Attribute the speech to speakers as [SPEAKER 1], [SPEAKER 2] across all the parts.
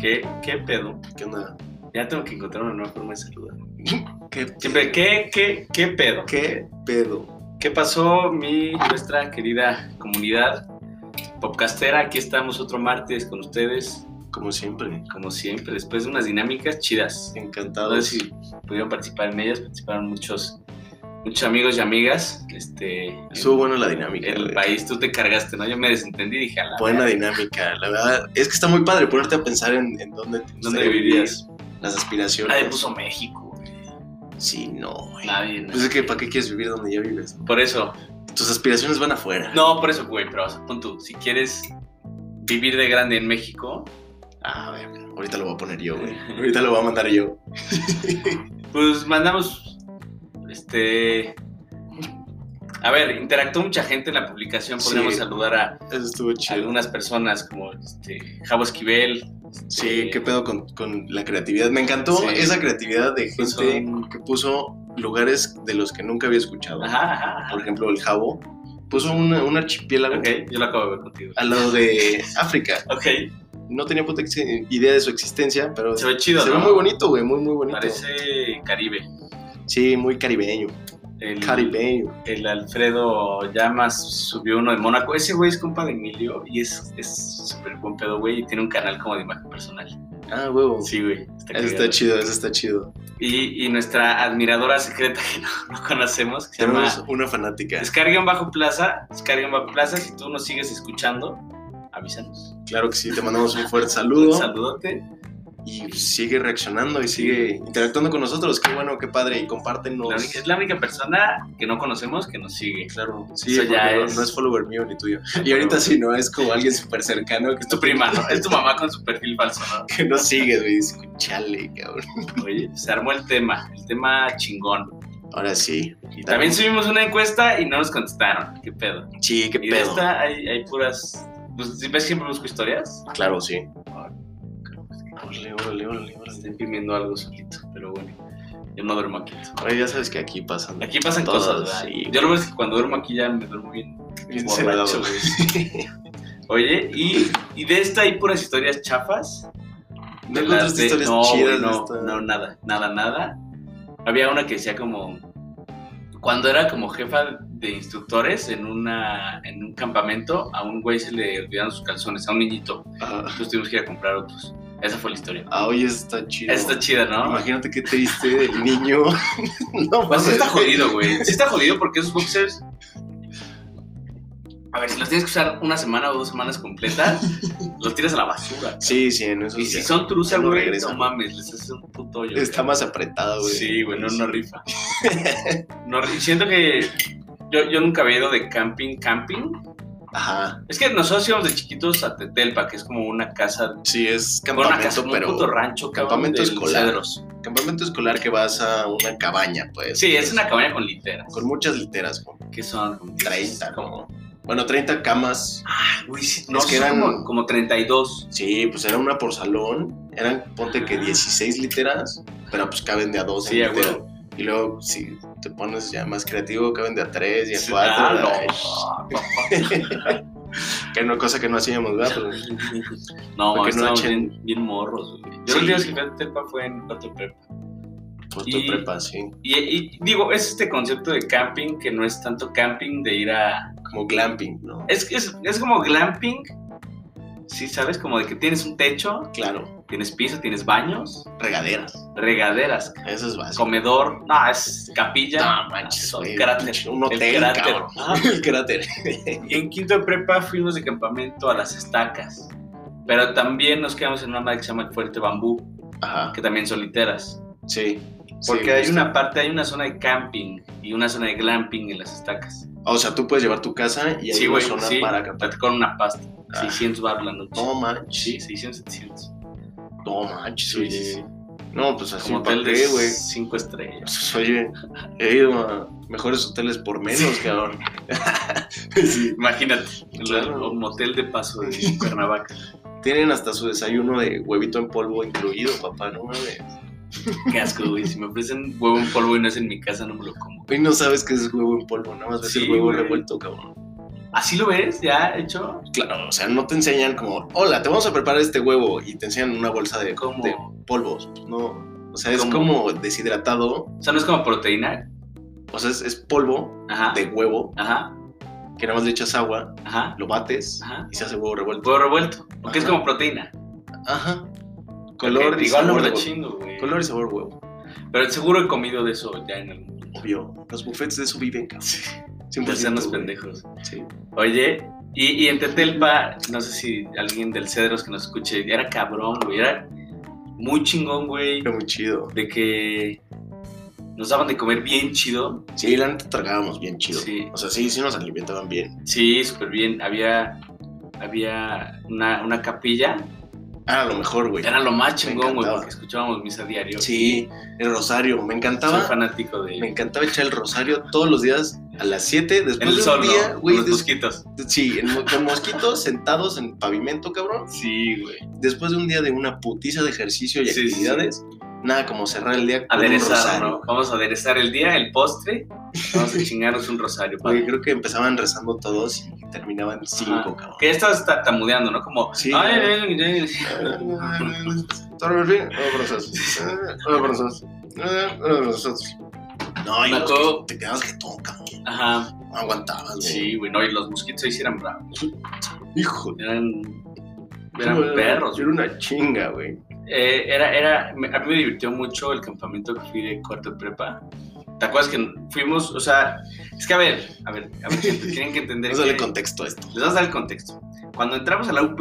[SPEAKER 1] ¿Qué, qué pedo? ¿Qué onda? Ya tengo que encontrar una nueva forma de saludar.
[SPEAKER 2] ¿Qué,
[SPEAKER 1] Siempre, ¿qué, qué, qué pedo?
[SPEAKER 2] qué pedo?
[SPEAKER 1] ¿Qué pasó, mi, nuestra querida comunidad popcastera? Aquí estamos otro martes con ustedes,
[SPEAKER 2] Como siempre,
[SPEAKER 1] como siempre, después de unas dinámicas chidas. No
[SPEAKER 2] encantado.
[SPEAKER 1] sé si pudieron participar en ellas, participaron muchos, muchos amigos y amigas. Este, en-
[SPEAKER 2] Estuvo buena la dinámica. la
[SPEAKER 1] el
[SPEAKER 2] verdad.
[SPEAKER 1] país, tú te cargaste, ¿no? Yo me desentendí y dije, a la
[SPEAKER 2] Buena
[SPEAKER 1] verga,
[SPEAKER 2] dinámica, la verdad. Es que está muy padre ponerte a pensar en, en dónde, te
[SPEAKER 1] ¿dónde
[SPEAKER 2] gustaría
[SPEAKER 1] vivirías? pues,
[SPEAKER 2] vivir, Las aspiraciones.
[SPEAKER 1] Nadie puso México, güey.
[SPEAKER 2] Sí, no, güey.
[SPEAKER 1] Nadie, nadie.
[SPEAKER 2] Pues es que, ¿para qué quieres vivir donde ya vives?
[SPEAKER 1] Por eso.
[SPEAKER 2] Tus aspiraciones van afuera.
[SPEAKER 1] No, por eso, güey, pero o sea, pon tú, si quieres vivir de grande en México,
[SPEAKER 2] Ah, a ver, ahorita lo voy a poner yo, güey. Ahorita lo voy a mandar yo.
[SPEAKER 1] pues mandamos, este... A ver, interactuó mucha gente en la publicación,
[SPEAKER 2] Sí.
[SPEAKER 1] podríamos saludar a
[SPEAKER 2] Eso estuvo chido.
[SPEAKER 1] algunas personas como este, Javo Esquivel.
[SPEAKER 2] Sí,
[SPEAKER 1] este,
[SPEAKER 2] qué pedo con, con la creatividad. Me encantó
[SPEAKER 1] Sí.
[SPEAKER 2] esa creatividad de
[SPEAKER 1] Puso
[SPEAKER 2] gente
[SPEAKER 1] un-
[SPEAKER 2] que puso lugares de los que nunca había escuchado.
[SPEAKER 1] Ajá, ajá, ajá.
[SPEAKER 2] Por ejemplo, el Jabo puso una- un archipiélago
[SPEAKER 1] Ok, yo lo acabo de ver contigo.
[SPEAKER 2] al lado de África.
[SPEAKER 1] Ok,
[SPEAKER 2] No tenía puta ex- idea de su existencia, pero
[SPEAKER 1] se ve chido,
[SPEAKER 2] se
[SPEAKER 1] ¿no?
[SPEAKER 2] muy bonito, güey, muy, muy bonito.
[SPEAKER 1] Parece Caribe.
[SPEAKER 2] Sí, muy caribeño,
[SPEAKER 1] El,
[SPEAKER 2] caribeño.
[SPEAKER 1] el Alfredo Llamas subió uno de Mónaco. Ese güey es compa de Emilio y es es súper buen pedo, güey. Y tiene un canal como de imagen personal.
[SPEAKER 2] Ah, huevo.
[SPEAKER 1] Sí, güey. Está
[SPEAKER 2] Eso está
[SPEAKER 1] cagado.
[SPEAKER 2] chido, eso está chido.
[SPEAKER 1] Y, y nuestra admiradora secreta que no, no conocemos, que se llama
[SPEAKER 2] Tenemos una fanática.
[SPEAKER 1] Descarga en Bajo Plaza. Descarga en Bajo Plaza. Si tú nos sigues escuchando, avísanos.
[SPEAKER 2] Claro que sí, te mandamos un fuerte saludo.
[SPEAKER 1] Un saludote.
[SPEAKER 2] Y sigue reaccionando y sigue interactuando con nosotros. Qué bueno, qué padre. Y compártenos.
[SPEAKER 1] La única- es la única persona que no conocemos que nos sigue.
[SPEAKER 2] Claro, sí,
[SPEAKER 1] Eso ya
[SPEAKER 2] porque no-
[SPEAKER 1] es-
[SPEAKER 2] no es follower mío ni tuyo. Y ahorita sí, no, es como alguien súper cercano que,
[SPEAKER 1] Es tu prima, ¿no? Es tu mamá con su perfil falso, ¿no?
[SPEAKER 2] que no sigue, güey. Escúchale, cabrón.
[SPEAKER 1] Oye, se armó el tema, el tema chingón.
[SPEAKER 2] Ahora sí.
[SPEAKER 1] Y también subimos una encuesta y no nos contestaron. ¿Qué pedo?
[SPEAKER 2] Sí, qué
[SPEAKER 1] Y de
[SPEAKER 2] pedo.
[SPEAKER 1] esta hay, hay puras. Pues, ¿sí ¿Ves que siempre busco historias?
[SPEAKER 2] Claro, sí.
[SPEAKER 1] Órale, órale, órale, órale. Estoy imprimiendo algo solito, pero bueno. Yo no duermo aquí.
[SPEAKER 2] Ahora ya sabes que aquí pasan.
[SPEAKER 1] Aquí pasan
[SPEAKER 2] Todas,
[SPEAKER 1] cosas, ¿verdad?
[SPEAKER 2] sí.
[SPEAKER 1] Yo lo veo es que cuando duermo aquí ya me duermo bien.
[SPEAKER 2] Bien
[SPEAKER 1] borracho,
[SPEAKER 2] sedado.
[SPEAKER 1] güey. Oye, y, y de esta hay puras historias chafas. De
[SPEAKER 2] ¿No
[SPEAKER 1] las
[SPEAKER 2] encontraste
[SPEAKER 1] de-
[SPEAKER 2] historias
[SPEAKER 1] no,
[SPEAKER 2] chidas?
[SPEAKER 1] güey,
[SPEAKER 2] de
[SPEAKER 1] No,
[SPEAKER 2] esta?
[SPEAKER 1] no, nada, nada, nada. Había una que decía como cuando era como jefa de instructores en una en un campamento, a un güey se le olvidaron sus calzones, a un niñito.
[SPEAKER 2] Ah,
[SPEAKER 1] Entonces Pues tuvimos que ir a comprar otros. Esa fue la historia.
[SPEAKER 2] ah, oye, eso está chido.
[SPEAKER 1] Esa está chida, ¿no?
[SPEAKER 2] Imagínate qué triste el niño. no,
[SPEAKER 1] Pues sí
[SPEAKER 2] mames.
[SPEAKER 1] está jodido, güey. Sí está jodido porque esos boxers. A ver, si los tienes que usar una semana o dos semanas completas, los tiras a la basura.
[SPEAKER 2] Sí, sí, en eso
[SPEAKER 1] Y
[SPEAKER 2] sí.
[SPEAKER 1] si son truza,
[SPEAKER 2] no
[SPEAKER 1] güey, no
[SPEAKER 2] regresan.
[SPEAKER 1] mames, les haces un puto hoyo.
[SPEAKER 2] Está
[SPEAKER 1] güey.
[SPEAKER 2] más apretado, güey.
[SPEAKER 1] Sí, güey, no,
[SPEAKER 2] Sí.
[SPEAKER 1] no rifa. No, ri- siento que yo, yo nunca había ido de camping, camping.
[SPEAKER 2] Ajá.
[SPEAKER 1] Es que nosotros íbamos de chiquitos a Tetelpa, que es como una casa,
[SPEAKER 2] Sí, es
[SPEAKER 1] bueno,
[SPEAKER 2] campamento,
[SPEAKER 1] una casa, como
[SPEAKER 2] pero.
[SPEAKER 1] un puto rancho, cabrón,
[SPEAKER 2] campamento
[SPEAKER 1] de
[SPEAKER 2] escolar.
[SPEAKER 1] cedros.
[SPEAKER 2] Campamento escolar que vas a una cabaña, pues.
[SPEAKER 1] Sí, es una cabaña con literas.
[SPEAKER 2] Con muchas literas, como
[SPEAKER 1] que son? Como
[SPEAKER 2] 30,
[SPEAKER 1] como-
[SPEAKER 2] como. Bueno, 30 camas.
[SPEAKER 1] Uy, sí, no,
[SPEAKER 2] Es que
[SPEAKER 1] son
[SPEAKER 2] eran-
[SPEAKER 1] como, como 32.
[SPEAKER 2] Sí, pues era una por salón. Eran, ponte que
[SPEAKER 1] Ah.
[SPEAKER 2] 16 literas, pero pues caben de a 12
[SPEAKER 1] Sí,
[SPEAKER 2] en
[SPEAKER 1] a
[SPEAKER 2] litera.
[SPEAKER 1] huevo.
[SPEAKER 2] Y luego, si te pones ya más creativo, caben de a 3 y a
[SPEAKER 1] Sí,
[SPEAKER 2] 4.
[SPEAKER 1] ah, no.
[SPEAKER 2] Que era una cosa que no hacíamos, ¿verdad? Pero-
[SPEAKER 1] No,
[SPEAKER 2] Porque no
[SPEAKER 1] estábamos
[SPEAKER 2] echen-
[SPEAKER 1] bien, bien morros, güey. Yo
[SPEAKER 2] Sí.
[SPEAKER 1] los días que fui a Tepa fue en cuarto prepa.
[SPEAKER 2] pues
[SPEAKER 1] Y-
[SPEAKER 2] tu prepa, sí.
[SPEAKER 1] Y, y digo, es este concepto de camping que no es tanto camping de ir a...
[SPEAKER 2] Como glamping, ¿no?
[SPEAKER 1] Es, que es, es como glamping, sí, ¿sabes? Como de que tienes un techo,
[SPEAKER 2] Claro,
[SPEAKER 1] tienes piso, tienes baños,
[SPEAKER 2] regaderas.
[SPEAKER 1] regaderas,
[SPEAKER 2] Eso es básico.
[SPEAKER 1] comedor, no, es capilla.
[SPEAKER 2] No manches,
[SPEAKER 1] Un
[SPEAKER 2] güey.
[SPEAKER 1] cráter.
[SPEAKER 2] Un
[SPEAKER 1] El
[SPEAKER 2] hotel,
[SPEAKER 1] cráter.
[SPEAKER 2] cabrón.
[SPEAKER 1] Ah.
[SPEAKER 2] El cráter.
[SPEAKER 1] Y en quinto de prepa fuimos de campamento a las estacas. Pero también nos quedamos en una madre que se llama el Fuerte Bambú,
[SPEAKER 2] Ajá.
[SPEAKER 1] que también son literas.
[SPEAKER 2] Sí.
[SPEAKER 1] Porque
[SPEAKER 2] Sí,
[SPEAKER 1] hay
[SPEAKER 2] justo.
[SPEAKER 1] una parte, hay una zona de camping y una zona de glamping en las estacas.
[SPEAKER 2] O sea, tú puedes llevar tu casa y hay
[SPEAKER 1] sí,
[SPEAKER 2] una
[SPEAKER 1] güey,
[SPEAKER 2] zona
[SPEAKER 1] sí,
[SPEAKER 2] para acampar.
[SPEAKER 1] con una pasta.
[SPEAKER 2] Ah.
[SPEAKER 1] 600 bar la noche.
[SPEAKER 2] No
[SPEAKER 1] Sí,
[SPEAKER 2] manches.
[SPEAKER 1] 600, 700.
[SPEAKER 2] No manches,
[SPEAKER 1] Sí,
[SPEAKER 2] oye.
[SPEAKER 1] sí, sí.
[SPEAKER 2] No, pues así
[SPEAKER 1] Como hotel
[SPEAKER 2] ¿pa'
[SPEAKER 1] de
[SPEAKER 2] qué, güey.
[SPEAKER 1] 5 estrellas.
[SPEAKER 2] Pues, oye, he ido a mejores hoteles por menos, cabrón. sí.
[SPEAKER 1] Imagínate,
[SPEAKER 2] Claro.
[SPEAKER 1] un motel de paso de Cuernavaca.
[SPEAKER 2] Tienen hasta su desayuno de huevito en polvo incluido, papá, no mames.
[SPEAKER 1] Qué asco, güey. Si me ofrecen huevo en polvo y no es en mi casa, no me lo como.
[SPEAKER 2] Hoy no sabes qué es huevo en polvo, nada más ves
[SPEAKER 1] Sí,
[SPEAKER 2] el huevo
[SPEAKER 1] güey.
[SPEAKER 2] revuelto, cabrón.
[SPEAKER 1] ¿Así lo ves? ¿Ya hecho?
[SPEAKER 2] Claro, o sea, no te enseñan como, hola, te vamos a preparar este huevo y te enseñan una bolsa de,
[SPEAKER 1] Como,
[SPEAKER 2] de polvos. No, o sea, es
[SPEAKER 1] ¿Cómo?
[SPEAKER 2] como deshidratado,
[SPEAKER 1] o sea, no es como proteína.
[SPEAKER 2] o sea, es, es polvo
[SPEAKER 1] Ajá.
[SPEAKER 2] de huevo
[SPEAKER 1] Ajá.
[SPEAKER 2] que nada más le echas agua,
[SPEAKER 1] Ajá.
[SPEAKER 2] lo bates
[SPEAKER 1] Ajá.
[SPEAKER 2] y se hace huevo revuelto.
[SPEAKER 1] Huevo revuelto. Porque es
[SPEAKER 2] Ajá.
[SPEAKER 1] como proteína.
[SPEAKER 2] Ajá. Color
[SPEAKER 1] Ok,
[SPEAKER 2] y
[SPEAKER 1] Igual no me
[SPEAKER 2] sabor de
[SPEAKER 1] lo
[SPEAKER 2] huevo.
[SPEAKER 1] chingo, güey.
[SPEAKER 2] Color y sabor huevo.
[SPEAKER 1] Pero seguro he comido de eso ya en algún punto.
[SPEAKER 2] Obvio. Los buffets de eso viven, cabrón.
[SPEAKER 1] Sí.
[SPEAKER 2] 100%.
[SPEAKER 1] Por ser los
[SPEAKER 2] güey.
[SPEAKER 1] pendejos.
[SPEAKER 2] Sí.
[SPEAKER 1] Oye, y, y en Tetelpa, no sé si alguien del Cedros que nos escuche, era cabrón, güey. Era muy chingón, güey.
[SPEAKER 2] Era muy chido.
[SPEAKER 1] De que nos daban de comer bien chido.
[SPEAKER 2] Sí, la neta tragábamos bien chido.
[SPEAKER 1] Sí.
[SPEAKER 2] O sea, sí, sí nos alimentaban bien.
[SPEAKER 1] Sí, súper bien. Había, había una, una capilla.
[SPEAKER 2] Ah, a lo mejor, güey.
[SPEAKER 1] Era lo más chingón, güey,
[SPEAKER 2] encantaba.
[SPEAKER 1] porque escuchábamos misa diario.
[SPEAKER 2] Sí, el rosario. Me
[SPEAKER 1] Soy
[SPEAKER 2] encantaba.
[SPEAKER 1] fanático de.
[SPEAKER 2] Me encantaba echar el rosario todos los días a las 7 después
[SPEAKER 1] En el
[SPEAKER 2] de un
[SPEAKER 1] sol,
[SPEAKER 2] día,
[SPEAKER 1] ¿no?
[SPEAKER 2] güey.
[SPEAKER 1] Con los
[SPEAKER 2] des-
[SPEAKER 1] mosquitos.
[SPEAKER 2] Sí, en mo- con mosquitos sentados en pavimento, cabrón.
[SPEAKER 1] Sí, güey.
[SPEAKER 2] Después de un día de una putiza de ejercicio y
[SPEAKER 1] Sí, sí, sí.
[SPEAKER 2] actividades, nada como cerrar el día con un
[SPEAKER 1] Aderezar,
[SPEAKER 2] rosario.
[SPEAKER 1] ¿no? Vamos a aderezar el día, el postre. Vamos a chingarnos un rosario,
[SPEAKER 2] Güey,
[SPEAKER 1] padre.
[SPEAKER 2] creo que empezaban rezando todos y terminaban cinco, cabrón.
[SPEAKER 1] Que estabas tartamudeando, ¿no? Como.
[SPEAKER 2] Sí.
[SPEAKER 1] "Ay, ay, ay, ay".
[SPEAKER 2] No, y
[SPEAKER 1] Me
[SPEAKER 2] los
[SPEAKER 1] acuerdo-
[SPEAKER 2] que te quedabas jetón, cabrón.
[SPEAKER 1] Ajá.
[SPEAKER 2] No aguantabas, güey.
[SPEAKER 1] Sí, güey, no. Y los mosquitos se hicieron bravos.
[SPEAKER 2] Hijo.
[SPEAKER 1] Eran. Eran perros.
[SPEAKER 2] Era una chinga, güey.
[SPEAKER 1] Eh, era, era, me- a mí me divirtió mucho el campamento que fui de cuarto de prepa. ¿Te acuerdas que fuimos? O sea, es que a ver, a ver, a ver, gente, tienen que entender.
[SPEAKER 2] Vamos a darle
[SPEAKER 1] que-
[SPEAKER 2] contexto a esto.
[SPEAKER 1] Les vas a dar el contexto. Cuando entramos a la UP,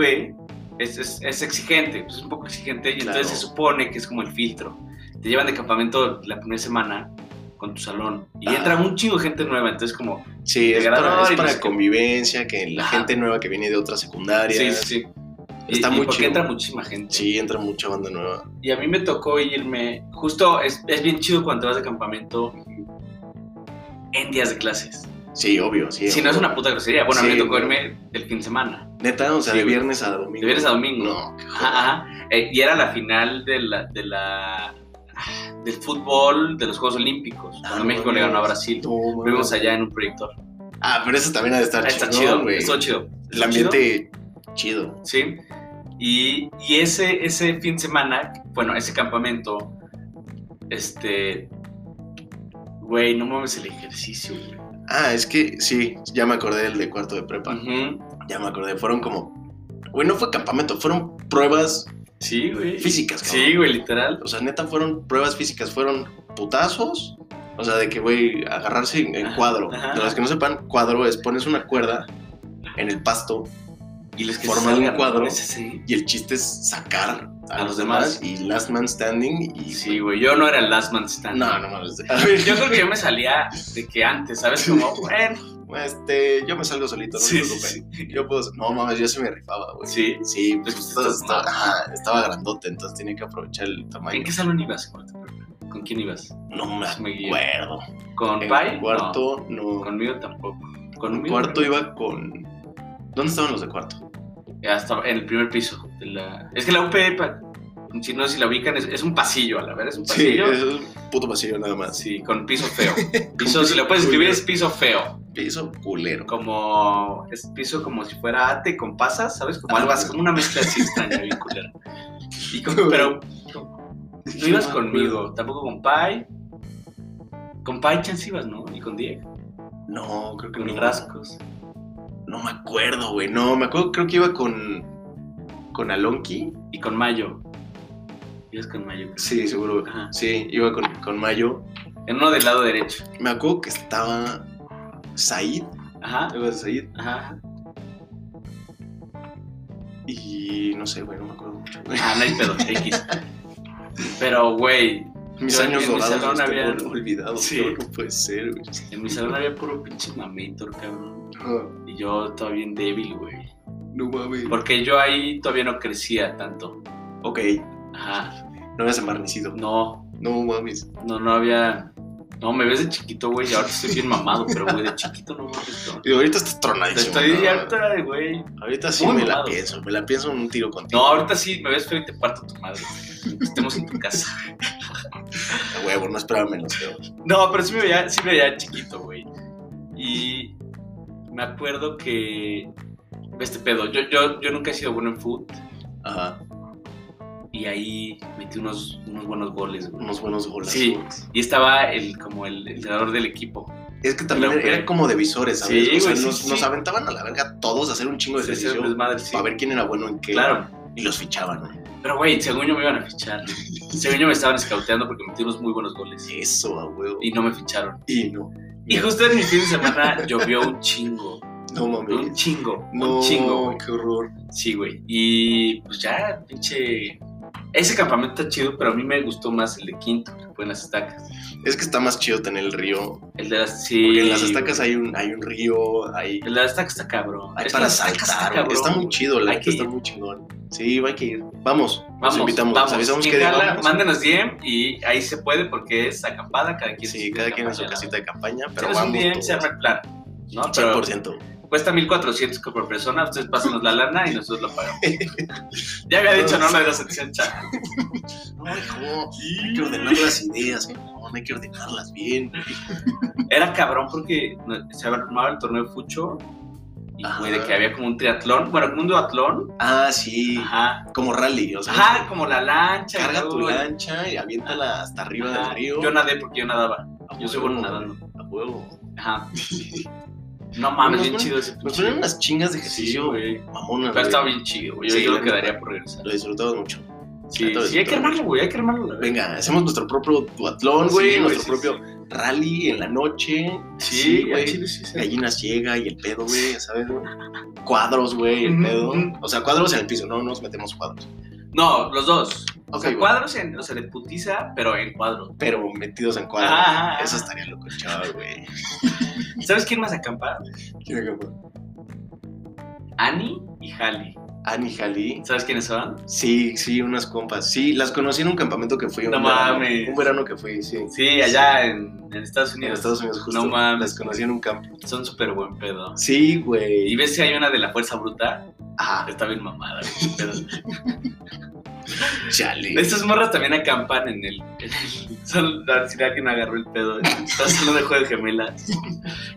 [SPEAKER 1] es, es- es exigente, pues, es un poco exigente, y
[SPEAKER 2] Claro.
[SPEAKER 1] entonces se supone que es como el filtro. Te llevan de campamento la primera semana con tu salón, y
[SPEAKER 2] Ah.
[SPEAKER 1] entra un chingo de gente nueva, entonces como...
[SPEAKER 2] Sí, es
[SPEAKER 1] Degradar
[SPEAKER 2] para, es
[SPEAKER 1] y no
[SPEAKER 2] para
[SPEAKER 1] sé qué.
[SPEAKER 2] convivencia, que la
[SPEAKER 1] Ajá.
[SPEAKER 2] gente nueva que viene de otras secundarias.
[SPEAKER 1] Sí, sí, sí. Y-
[SPEAKER 2] Está
[SPEAKER 1] y
[SPEAKER 2] muy
[SPEAKER 1] porque
[SPEAKER 2] chido.
[SPEAKER 1] entra muchísima gente.
[SPEAKER 2] Sí, entra mucha banda nueva.
[SPEAKER 1] Y a mí me tocó irme, justo es, es bien chido cuando vas de campamento en días de clases.
[SPEAKER 2] Sí, obvio, sí.
[SPEAKER 1] si no es una puta grosería, bueno, a mí
[SPEAKER 2] Sí,
[SPEAKER 1] me tocó
[SPEAKER 2] güey.
[SPEAKER 1] irme el fin de semana.
[SPEAKER 2] Neta, o sea,
[SPEAKER 1] Sí,
[SPEAKER 2] de
[SPEAKER 1] güey.
[SPEAKER 2] viernes a domingo.
[SPEAKER 1] De viernes a domingo.
[SPEAKER 2] No,
[SPEAKER 1] Ajá, ajá. Eh, y era la final de la, de la del fútbol de los Juegos Olímpicos.
[SPEAKER 2] Ah,
[SPEAKER 1] cuando
[SPEAKER 2] no
[SPEAKER 1] México le ganó a
[SPEAKER 2] mames.
[SPEAKER 1] Brasil.
[SPEAKER 2] no, mames.
[SPEAKER 1] Lo vimos allá en un proyector.
[SPEAKER 2] Ah, pero eso también ha de estar
[SPEAKER 1] Ah, está
[SPEAKER 2] chingón,
[SPEAKER 1] chido,
[SPEAKER 2] güey.
[SPEAKER 1] estuvo chido.
[SPEAKER 2] El
[SPEAKER 1] Estuvo
[SPEAKER 2] ambiente chido.
[SPEAKER 1] chido, Sí. Y, y ese, ese fin de semana, bueno, ese campamento, este. Güey, no mames el ejercicio, güey.
[SPEAKER 2] Ah, es que sí, ya me acordé del de cuarto de prepa.
[SPEAKER 1] Ujú.
[SPEAKER 2] Ya me acordé, fueron como. Güey, no fue campamento, fueron pruebas.
[SPEAKER 1] Sí, güey.
[SPEAKER 2] Físicas, cabrón.
[SPEAKER 1] Sí, güey, literal.
[SPEAKER 2] O sea, neta, fueron pruebas físicas, fueron putazos. O sea, de que, güey, agarrarse en, en
[SPEAKER 1] Ajá,
[SPEAKER 2] cuadro.
[SPEAKER 1] ajá.
[SPEAKER 2] Para los que no sepan, cuadro es pones una cuerda en el pasto
[SPEAKER 1] Y los que
[SPEAKER 2] Formar
[SPEAKER 1] se
[SPEAKER 2] un
[SPEAKER 1] salgan,
[SPEAKER 2] cuadro.
[SPEAKER 1] ¿no? Ese sí.
[SPEAKER 2] y el chiste es sacar a, los demás, y last man standing y.
[SPEAKER 1] Sí, güey. Yo no era el last man standing.
[SPEAKER 2] No, no mames. A ver,
[SPEAKER 1] Yo creo que yo me salía de que antes, ¿sabes? Como, bueno.
[SPEAKER 2] Este, yo me salgo solito, no
[SPEAKER 1] Sí,
[SPEAKER 2] me preocupen.
[SPEAKER 1] sí, sí.
[SPEAKER 2] Yo puedo. No mames, yo se me rifaba, güey.
[SPEAKER 1] Sí.
[SPEAKER 2] Sí, pues
[SPEAKER 1] Pues,
[SPEAKER 2] todo
[SPEAKER 1] estás
[SPEAKER 2] estaba,
[SPEAKER 1] mal.
[SPEAKER 2] ajá, estaba grandote, entonces tenía que aprovechar el tamaño.
[SPEAKER 1] ¿En qué salón ibas? cuarto de prepa? ¿Con quién ibas?
[SPEAKER 2] No me
[SPEAKER 1] Me guío.
[SPEAKER 2] acuerdo.
[SPEAKER 1] ¿Con
[SPEAKER 2] En
[SPEAKER 1] Pai?
[SPEAKER 2] cuarto, no.
[SPEAKER 1] No. Conmigo tampoco.
[SPEAKER 2] En
[SPEAKER 1] Conmigo.
[SPEAKER 2] cuarto iba con. ¿Dónde estaban los de cuarto?
[SPEAKER 1] Eh, Hasta en el primer piso. de la- Es que la UP, pa- si no sé si la ubican, es, es un pasillo, a la verdad, es un pasillo.
[SPEAKER 2] es un puto pasillo nada más.
[SPEAKER 1] Sí, con piso feo. Piso,
[SPEAKER 2] Con
[SPEAKER 1] si
[SPEAKER 2] piso
[SPEAKER 1] lo puedes escribir,
[SPEAKER 2] culero.
[SPEAKER 1] es piso feo.
[SPEAKER 2] Piso culero.
[SPEAKER 1] Como. Es piso como si fuera ate con pasas, ¿sabes? Como
[SPEAKER 2] Ah,
[SPEAKER 1] algo así, como una mezcla así extraña, bien culera. Y como- pero No ibas conmigo, tampoco con Pai. Con Pai chance ibas, ¿no? Y con Diego,
[SPEAKER 2] No, creo que
[SPEAKER 1] con
[SPEAKER 2] no.
[SPEAKER 1] Rascos.
[SPEAKER 2] No me acuerdo, güey. No, me acuerdo, creo que iba con. Con Alonki.
[SPEAKER 1] Y con Mayo. Ibas con Mayo. creo.
[SPEAKER 2] Sí, seguro.
[SPEAKER 1] Ajá.
[SPEAKER 2] Sí, iba con, con Mayo.
[SPEAKER 1] En uno del lado derecho.
[SPEAKER 2] Me acuerdo que estaba. Said.
[SPEAKER 1] Ajá.
[SPEAKER 2] Iba Said.
[SPEAKER 1] Ajá.
[SPEAKER 2] Y no sé, güey, no me acuerdo mucho, güey.
[SPEAKER 1] Ah, no hay pedo, X. Pero, güey,
[SPEAKER 2] Mis
[SPEAKER 1] Yo
[SPEAKER 2] años
[SPEAKER 1] en mi
[SPEAKER 2] dorados
[SPEAKER 1] salón
[SPEAKER 2] los tengo
[SPEAKER 1] había-
[SPEAKER 2] olvidados.
[SPEAKER 1] Sí.
[SPEAKER 2] cabrón, No puede ser, güey.
[SPEAKER 1] en mi salón había puro pinche mamator, cabrón.
[SPEAKER 2] Ah,
[SPEAKER 1] Y yo todavía bien débil, güey.
[SPEAKER 2] No mames.
[SPEAKER 1] Porque yo ahí todavía no crecía tanto.
[SPEAKER 2] Ok,
[SPEAKER 1] Ajá.
[SPEAKER 2] no habías embarnecido.
[SPEAKER 1] No,
[SPEAKER 2] No mames.
[SPEAKER 1] no, no había. No, me ves de chiquito, güey, y ahora estoy bien mamado, pero, güey, de chiquito no me gustó.
[SPEAKER 2] Y ahorita estás
[SPEAKER 1] Te
[SPEAKER 2] tronadísimo.
[SPEAKER 1] estoy
[SPEAKER 2] ¿no?
[SPEAKER 1] harta de güey.
[SPEAKER 2] Ahorita sí
[SPEAKER 1] Muy
[SPEAKER 2] me la
[SPEAKER 1] mamado.
[SPEAKER 2] pienso. Me la pienso en un tiro contigo.
[SPEAKER 1] No, ahorita sí me ves feo y te parto tu madre. Estemos en tu casa.
[SPEAKER 2] A huevo, no esperaba menos. pero-
[SPEAKER 1] No, pero sí me veía, sí me veía chiquito, güey. Y me me acuerdo que. Este pedo, yo, yo, yo nunca he sido bueno en fútbol
[SPEAKER 2] Ajá.
[SPEAKER 1] y ahí metí unos, unos buenos goles. güey.
[SPEAKER 2] Unos buenos golazos.
[SPEAKER 1] Sí. Y estaba el, como el el entrenador del equipo.
[SPEAKER 2] Es que también
[SPEAKER 1] Pero,
[SPEAKER 2] era
[SPEAKER 1] güey.
[SPEAKER 2] como de visores, ¿sabes?
[SPEAKER 1] Sí,
[SPEAKER 2] o sea,
[SPEAKER 1] güey, sí,
[SPEAKER 2] nos,
[SPEAKER 1] sí.
[SPEAKER 2] nos aventaban a la verga todos a hacer un chingo de
[SPEAKER 1] Sí, sí,
[SPEAKER 2] ejercicio
[SPEAKER 1] desmadre, sí.
[SPEAKER 2] para ver quién era bueno en qué.
[SPEAKER 1] Claro.
[SPEAKER 2] Y los fichaban, güey.
[SPEAKER 1] Pero, güey, según yo me iban a fichar. según yo me estaban escauteando porque metí unos muy buenos goles.
[SPEAKER 2] Eso, a huevo.
[SPEAKER 1] Y no me ficharon.
[SPEAKER 2] Y no.
[SPEAKER 1] Y justo en mi fin de semana llovió un chingo.
[SPEAKER 2] No
[SPEAKER 1] Un
[SPEAKER 2] mames.
[SPEAKER 1] chingo.
[SPEAKER 2] No,
[SPEAKER 1] Un chingo, güey.
[SPEAKER 2] qué horror.
[SPEAKER 1] Sí, güey. Y pues ya, pinche. Ese campamento está chido, pero a mí me gustó más el de quinto, que fue en las estacas.
[SPEAKER 2] Es que está más chido tener el río.
[SPEAKER 1] El de las. Sí.
[SPEAKER 2] Porque en las estacas hay un, hay un río, hay,
[SPEAKER 1] El de las estacas está cabrón.
[SPEAKER 2] hay
[SPEAKER 1] Es que
[SPEAKER 2] para
[SPEAKER 1] las estacas
[SPEAKER 2] saltar. güey. está muy
[SPEAKER 1] güey.
[SPEAKER 2] chido, la
[SPEAKER 1] Hay
[SPEAKER 2] neta
[SPEAKER 1] que
[SPEAKER 2] está
[SPEAKER 1] ir.
[SPEAKER 2] muy chingón. Sí, hay que ir. Vamos,
[SPEAKER 1] Vamos,
[SPEAKER 2] nos invitamos. nos avisamos que
[SPEAKER 1] Chingala,
[SPEAKER 2] vamos.
[SPEAKER 1] Mándenos DM y ahí se puede porque es acampada, cada quien.
[SPEAKER 2] Sí,
[SPEAKER 1] su
[SPEAKER 2] cada quien en su
[SPEAKER 1] campaña,
[SPEAKER 2] casita de campaña,
[SPEAKER 1] ¿no?
[SPEAKER 2] pero
[SPEAKER 1] Si no es un
[SPEAKER 2] vamos.
[SPEAKER 1] DM,
[SPEAKER 2] todos.
[SPEAKER 1] se arma el plan. ¿no? Pero
[SPEAKER 2] 100%.
[SPEAKER 1] cuesta 1400 por persona, ustedes pásenos la lana y nosotros lo pagamos. ya había dicho, no, la de la sección chat.
[SPEAKER 2] No, hijo, hay que ordenar las ideas, cabrón, hay que ordenarlas bien.
[SPEAKER 1] Era cabrón porque no- se armaba el torneo de Fucho y
[SPEAKER 2] Ajá.
[SPEAKER 1] güey, de que había como un triatlón, bueno, como un duatlón.
[SPEAKER 2] Ah, sí,
[SPEAKER 1] Ajá.
[SPEAKER 2] como rally, o sea,
[SPEAKER 1] Ajá, como la lancha. y
[SPEAKER 2] carga
[SPEAKER 1] luego-
[SPEAKER 2] tu lancha y aviéntala hasta arriba
[SPEAKER 1] Ajá.
[SPEAKER 2] del río.
[SPEAKER 1] Yo nadé porque yo nadaba.
[SPEAKER 2] A
[SPEAKER 1] yo soy
[SPEAKER 2] huevo,
[SPEAKER 1] bueno nadando.
[SPEAKER 2] A huevo.
[SPEAKER 1] Ajá. No mames,
[SPEAKER 2] Nos
[SPEAKER 1] bien
[SPEAKER 2] ponen-
[SPEAKER 1] chido ese
[SPEAKER 2] Nos
[SPEAKER 1] pinche-
[SPEAKER 2] ponen unas chingas de ejercicio,
[SPEAKER 1] Sí, güey.
[SPEAKER 2] mamonas.
[SPEAKER 1] Pero
[SPEAKER 2] güey.
[SPEAKER 1] estaba bien chido, güey. Yo,
[SPEAKER 2] Sí,
[SPEAKER 1] yo
[SPEAKER 2] la
[SPEAKER 1] lo
[SPEAKER 2] neta.
[SPEAKER 1] quedaría por regresar.
[SPEAKER 2] Lo disfrutamos mucho.
[SPEAKER 1] Sí,
[SPEAKER 2] todo
[SPEAKER 1] sí, hay que
[SPEAKER 2] disfrutado.
[SPEAKER 1] armarlo, güey. Hay que armarlo. la verdad.
[SPEAKER 2] Venga, hacemos nuestro propio duatlón,
[SPEAKER 1] Sí,
[SPEAKER 2] güey,
[SPEAKER 1] güey,
[SPEAKER 2] nuestro
[SPEAKER 1] sí,
[SPEAKER 2] propio rally en la noche.
[SPEAKER 1] Sí, güey.
[SPEAKER 2] güey.
[SPEAKER 1] chile sí, sí.
[SPEAKER 2] Gallinas ciega y el pedo, güey, ¿sabes? güey? Cuadros, güey, el
[SPEAKER 1] Ujú,
[SPEAKER 2] pedo.
[SPEAKER 1] ujú.
[SPEAKER 2] O sea, cuadros en el piso, no nos metemos cuadros.
[SPEAKER 1] No, los dos.
[SPEAKER 2] Ok,
[SPEAKER 1] o sea,
[SPEAKER 2] güey.
[SPEAKER 1] cuadros en, o sea, de putiza, pero en cuadro.
[SPEAKER 2] Pero metidos en cuadros.
[SPEAKER 1] Ah, ah, ah.
[SPEAKER 2] Eso estaría loco, chaval, güey.
[SPEAKER 1] ¿Sabes quién más acampa? Annie y Halley.
[SPEAKER 2] Annie Jalí.
[SPEAKER 1] ¿Sabes quiénes son?
[SPEAKER 2] Sí, sí, unas compas. Sí, las conocí en un campamento que fui. un
[SPEAKER 1] No
[SPEAKER 2] verano.
[SPEAKER 1] mames.
[SPEAKER 2] Un verano que fui, sí.
[SPEAKER 1] Sí, allá En, en Estados
[SPEAKER 2] En
[SPEAKER 1] Unidos.
[SPEAKER 2] Estados Unidos, justo.
[SPEAKER 1] No mames.
[SPEAKER 2] Las conocí en un campo.
[SPEAKER 1] Son súper buen pedo.
[SPEAKER 2] Sí,
[SPEAKER 1] Y
[SPEAKER 2] güey.
[SPEAKER 1] ves si hay una de la fuerza bruta.
[SPEAKER 2] Ah,
[SPEAKER 1] Está bien mamada. güey, pero-
[SPEAKER 2] chale.
[SPEAKER 1] Estas morras también acampan en el. en el- Son, a ver si alguien agarró el pedo. Estás hablando de juego de gemelas.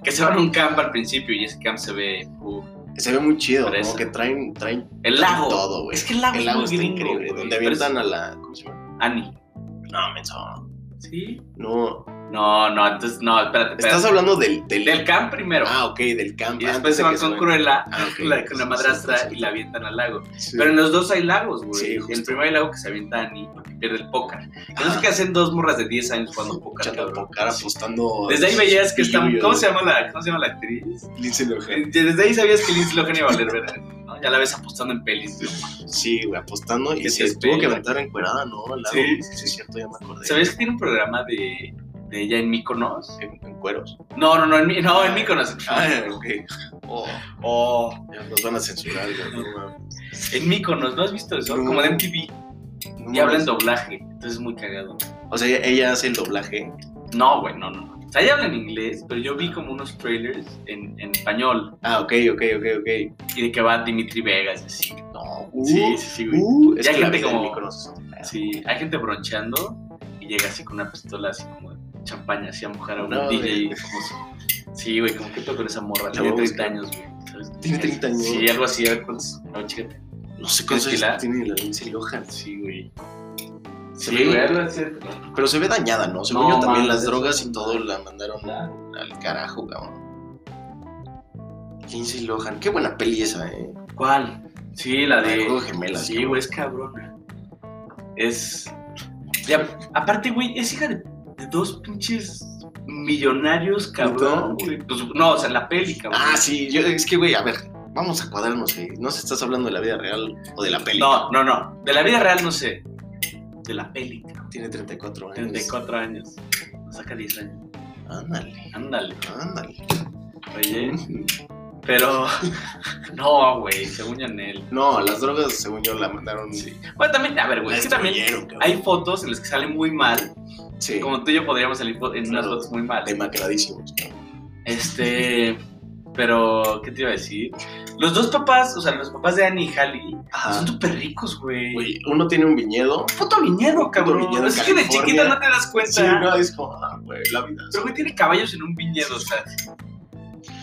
[SPEAKER 1] Que se van a un camp al principio y ese camp se ve. uh,
[SPEAKER 2] Se ve muy chido,
[SPEAKER 1] Fresa.
[SPEAKER 2] como que traen, traen
[SPEAKER 1] el lago.
[SPEAKER 2] todo, güey.
[SPEAKER 1] Es que el lago,
[SPEAKER 2] El lago
[SPEAKER 1] es
[SPEAKER 2] está
[SPEAKER 1] muy gringo,
[SPEAKER 2] increíble.
[SPEAKER 1] güey,
[SPEAKER 2] Donde
[SPEAKER 1] pero es-
[SPEAKER 2] avientan a la. ¿Cómo se llama?
[SPEAKER 1] Ani.
[SPEAKER 2] No, menso.
[SPEAKER 1] ¿Sí?
[SPEAKER 2] No.
[SPEAKER 1] No, no, entonces, no, espérate, espérate.
[SPEAKER 2] Estás hablando del. Del,
[SPEAKER 1] Del camp primero.
[SPEAKER 2] Ah, ok, del camp.
[SPEAKER 1] y
[SPEAKER 2] Ah,
[SPEAKER 1] después se van
[SPEAKER 2] antes de
[SPEAKER 1] con
[SPEAKER 2] que
[SPEAKER 1] Cruella,
[SPEAKER 2] Ah, ok.
[SPEAKER 1] la- con la
[SPEAKER 2] Sí,
[SPEAKER 1] madrastra,
[SPEAKER 2] sí, sí,
[SPEAKER 1] y la avientan al lago.
[SPEAKER 2] sí.
[SPEAKER 1] Pero en los dos hay lagos, güey.
[SPEAKER 2] Sí, justo.
[SPEAKER 1] el primero hay lago que se avienta Ani, que pierde el póker. Que no
[SPEAKER 2] Ah,
[SPEAKER 1] sé qué hacen dos morras de 10 años jugando póker,
[SPEAKER 2] echando
[SPEAKER 1] cabrón.
[SPEAKER 2] pocar, apostando.
[SPEAKER 1] Desde ahí veías que está.
[SPEAKER 2] Yuyo.
[SPEAKER 1] ¿Cómo se llama la, cómo se llama la actriz? Eh,
[SPEAKER 2] Lindsay Lohan.
[SPEAKER 1] Desde ahí sabías que Lindsay Lohan iba a valer verga, ¿no? Ya la ves apostando en pelis. ¿no?
[SPEAKER 2] Sí, güey, apostando. Y
[SPEAKER 1] Que
[SPEAKER 2] se
[SPEAKER 1] se
[SPEAKER 2] tuvo que
[SPEAKER 1] espera.
[SPEAKER 2] aventar encuerada, ¿no? Al lado.
[SPEAKER 1] Sí.
[SPEAKER 2] sí, es cierto, ya me acordé.
[SPEAKER 1] ¿Sabías que tiene un programa de, de ella en Mykonos?
[SPEAKER 2] En, en cueros.
[SPEAKER 1] No, no, no, en, Mi- no, en Mykonos.
[SPEAKER 2] Ah, ok. Oh,
[SPEAKER 1] Oh,
[SPEAKER 2] ya nos van a censurar, güey. no mames.
[SPEAKER 1] en Mykonos, ¿no has visto eso?
[SPEAKER 2] No.
[SPEAKER 1] Como de MTV.
[SPEAKER 2] No
[SPEAKER 1] Y habla en
[SPEAKER 2] mames.
[SPEAKER 1] doblaje, entonces es muy cagado.
[SPEAKER 2] O sea, ella hace el doblaje.
[SPEAKER 1] No, güey, no, no, no. O sea, ella habla en inglés, pero yo vi como unos trailers en, en español.
[SPEAKER 2] Ah, ok, ok, ok, ok.
[SPEAKER 1] Y de que va Dimitri Vegas, y así.
[SPEAKER 2] No, uh,
[SPEAKER 1] sí, sí, sí, güey.
[SPEAKER 2] uh, es
[SPEAKER 1] Ya
[SPEAKER 2] que la
[SPEAKER 1] gente
[SPEAKER 2] vida del
[SPEAKER 1] como-
[SPEAKER 2] micro es un pedo.
[SPEAKER 1] Sí, hay gente broncheando y llega así con una pistola así como de champaña, así a mojar a un
[SPEAKER 2] No,
[SPEAKER 1] DJ. Como, si- sí, güey, como que pedo con esa morra. Tiene
[SPEAKER 2] voy a
[SPEAKER 1] 30 años, güey. ¿sabes?
[SPEAKER 2] Tiene 30 años.
[SPEAKER 1] Sí, algo así, a ver cuántos. No, chécate.
[SPEAKER 2] No sé cuántos
[SPEAKER 1] ¿Tienes
[SPEAKER 2] años
[SPEAKER 1] pila?
[SPEAKER 2] tiene la Lindsay Lohan.
[SPEAKER 1] Sí, güey.
[SPEAKER 2] Se
[SPEAKER 1] Sí,
[SPEAKER 2] ve-
[SPEAKER 1] güey, algo así.
[SPEAKER 2] Pero se ve dañada, ¿no? Según
[SPEAKER 1] No,
[SPEAKER 2] yo también
[SPEAKER 1] mames,
[SPEAKER 2] las
[SPEAKER 1] eso
[SPEAKER 2] drogas
[SPEAKER 1] es
[SPEAKER 2] y
[SPEAKER 1] un-
[SPEAKER 2] todo la mandaron a- al carajo, cabrón. Lindsay Lohan, qué buena peli esa, eh.
[SPEAKER 1] ¿Cuál? Sí, la
[SPEAKER 2] La de
[SPEAKER 1] de.
[SPEAKER 2] Juego de Gemelas.
[SPEAKER 1] Sí,
[SPEAKER 2] cabrón.
[SPEAKER 1] güey, es cabrona. Es. ya, aparte, güey, es hija de, de dos pinches millonarios, cabrón,
[SPEAKER 2] ¿Neta?
[SPEAKER 1] güey. Pues, no, o sea, la peli, cabrón.
[SPEAKER 2] Ah, sí, yo, es que, güey, a ver, vamos a cuadrarnos, güey. No sé si estás hablando de la vida real o de la peli.
[SPEAKER 1] No, no, no. De la vida real no sé. De la peli, cabrón.
[SPEAKER 2] Tiene 34 años.
[SPEAKER 1] 34 años. Nos saca 10 años.
[SPEAKER 2] Ándale,
[SPEAKER 1] Ándale,
[SPEAKER 2] ándale.
[SPEAKER 1] oye. Pero. No, güey, según yo en él.
[SPEAKER 2] No, las drogas, según yo, la mandaron.
[SPEAKER 1] Sí. Bueno, también, a ver, güey,
[SPEAKER 2] La
[SPEAKER 1] es que también
[SPEAKER 2] destruyeron, cabrón.
[SPEAKER 1] hay fotos en las que sale muy mal.
[SPEAKER 2] Sí,
[SPEAKER 1] Como tú y yo podríamos salir fo- en unas
[SPEAKER 2] Claro.
[SPEAKER 1] fotos muy mal.
[SPEAKER 2] demacradísimos.
[SPEAKER 1] Este. Pero, ¿qué te iba a decir? Los dos papás, o sea, los papás de Annie y Halley,
[SPEAKER 2] Ajá.
[SPEAKER 1] son súper ricos, güey.
[SPEAKER 2] Ah. Güey, uno tiene un viñedo.
[SPEAKER 1] Puto viñedo, cabrón.
[SPEAKER 2] viñedo en
[SPEAKER 1] es que de
[SPEAKER 2] California.
[SPEAKER 1] chiquita no te das cuenta.
[SPEAKER 2] Sí, no, es como, ah, güey, la vida.
[SPEAKER 1] Pero güey tiene caballos en un viñedo, o sea.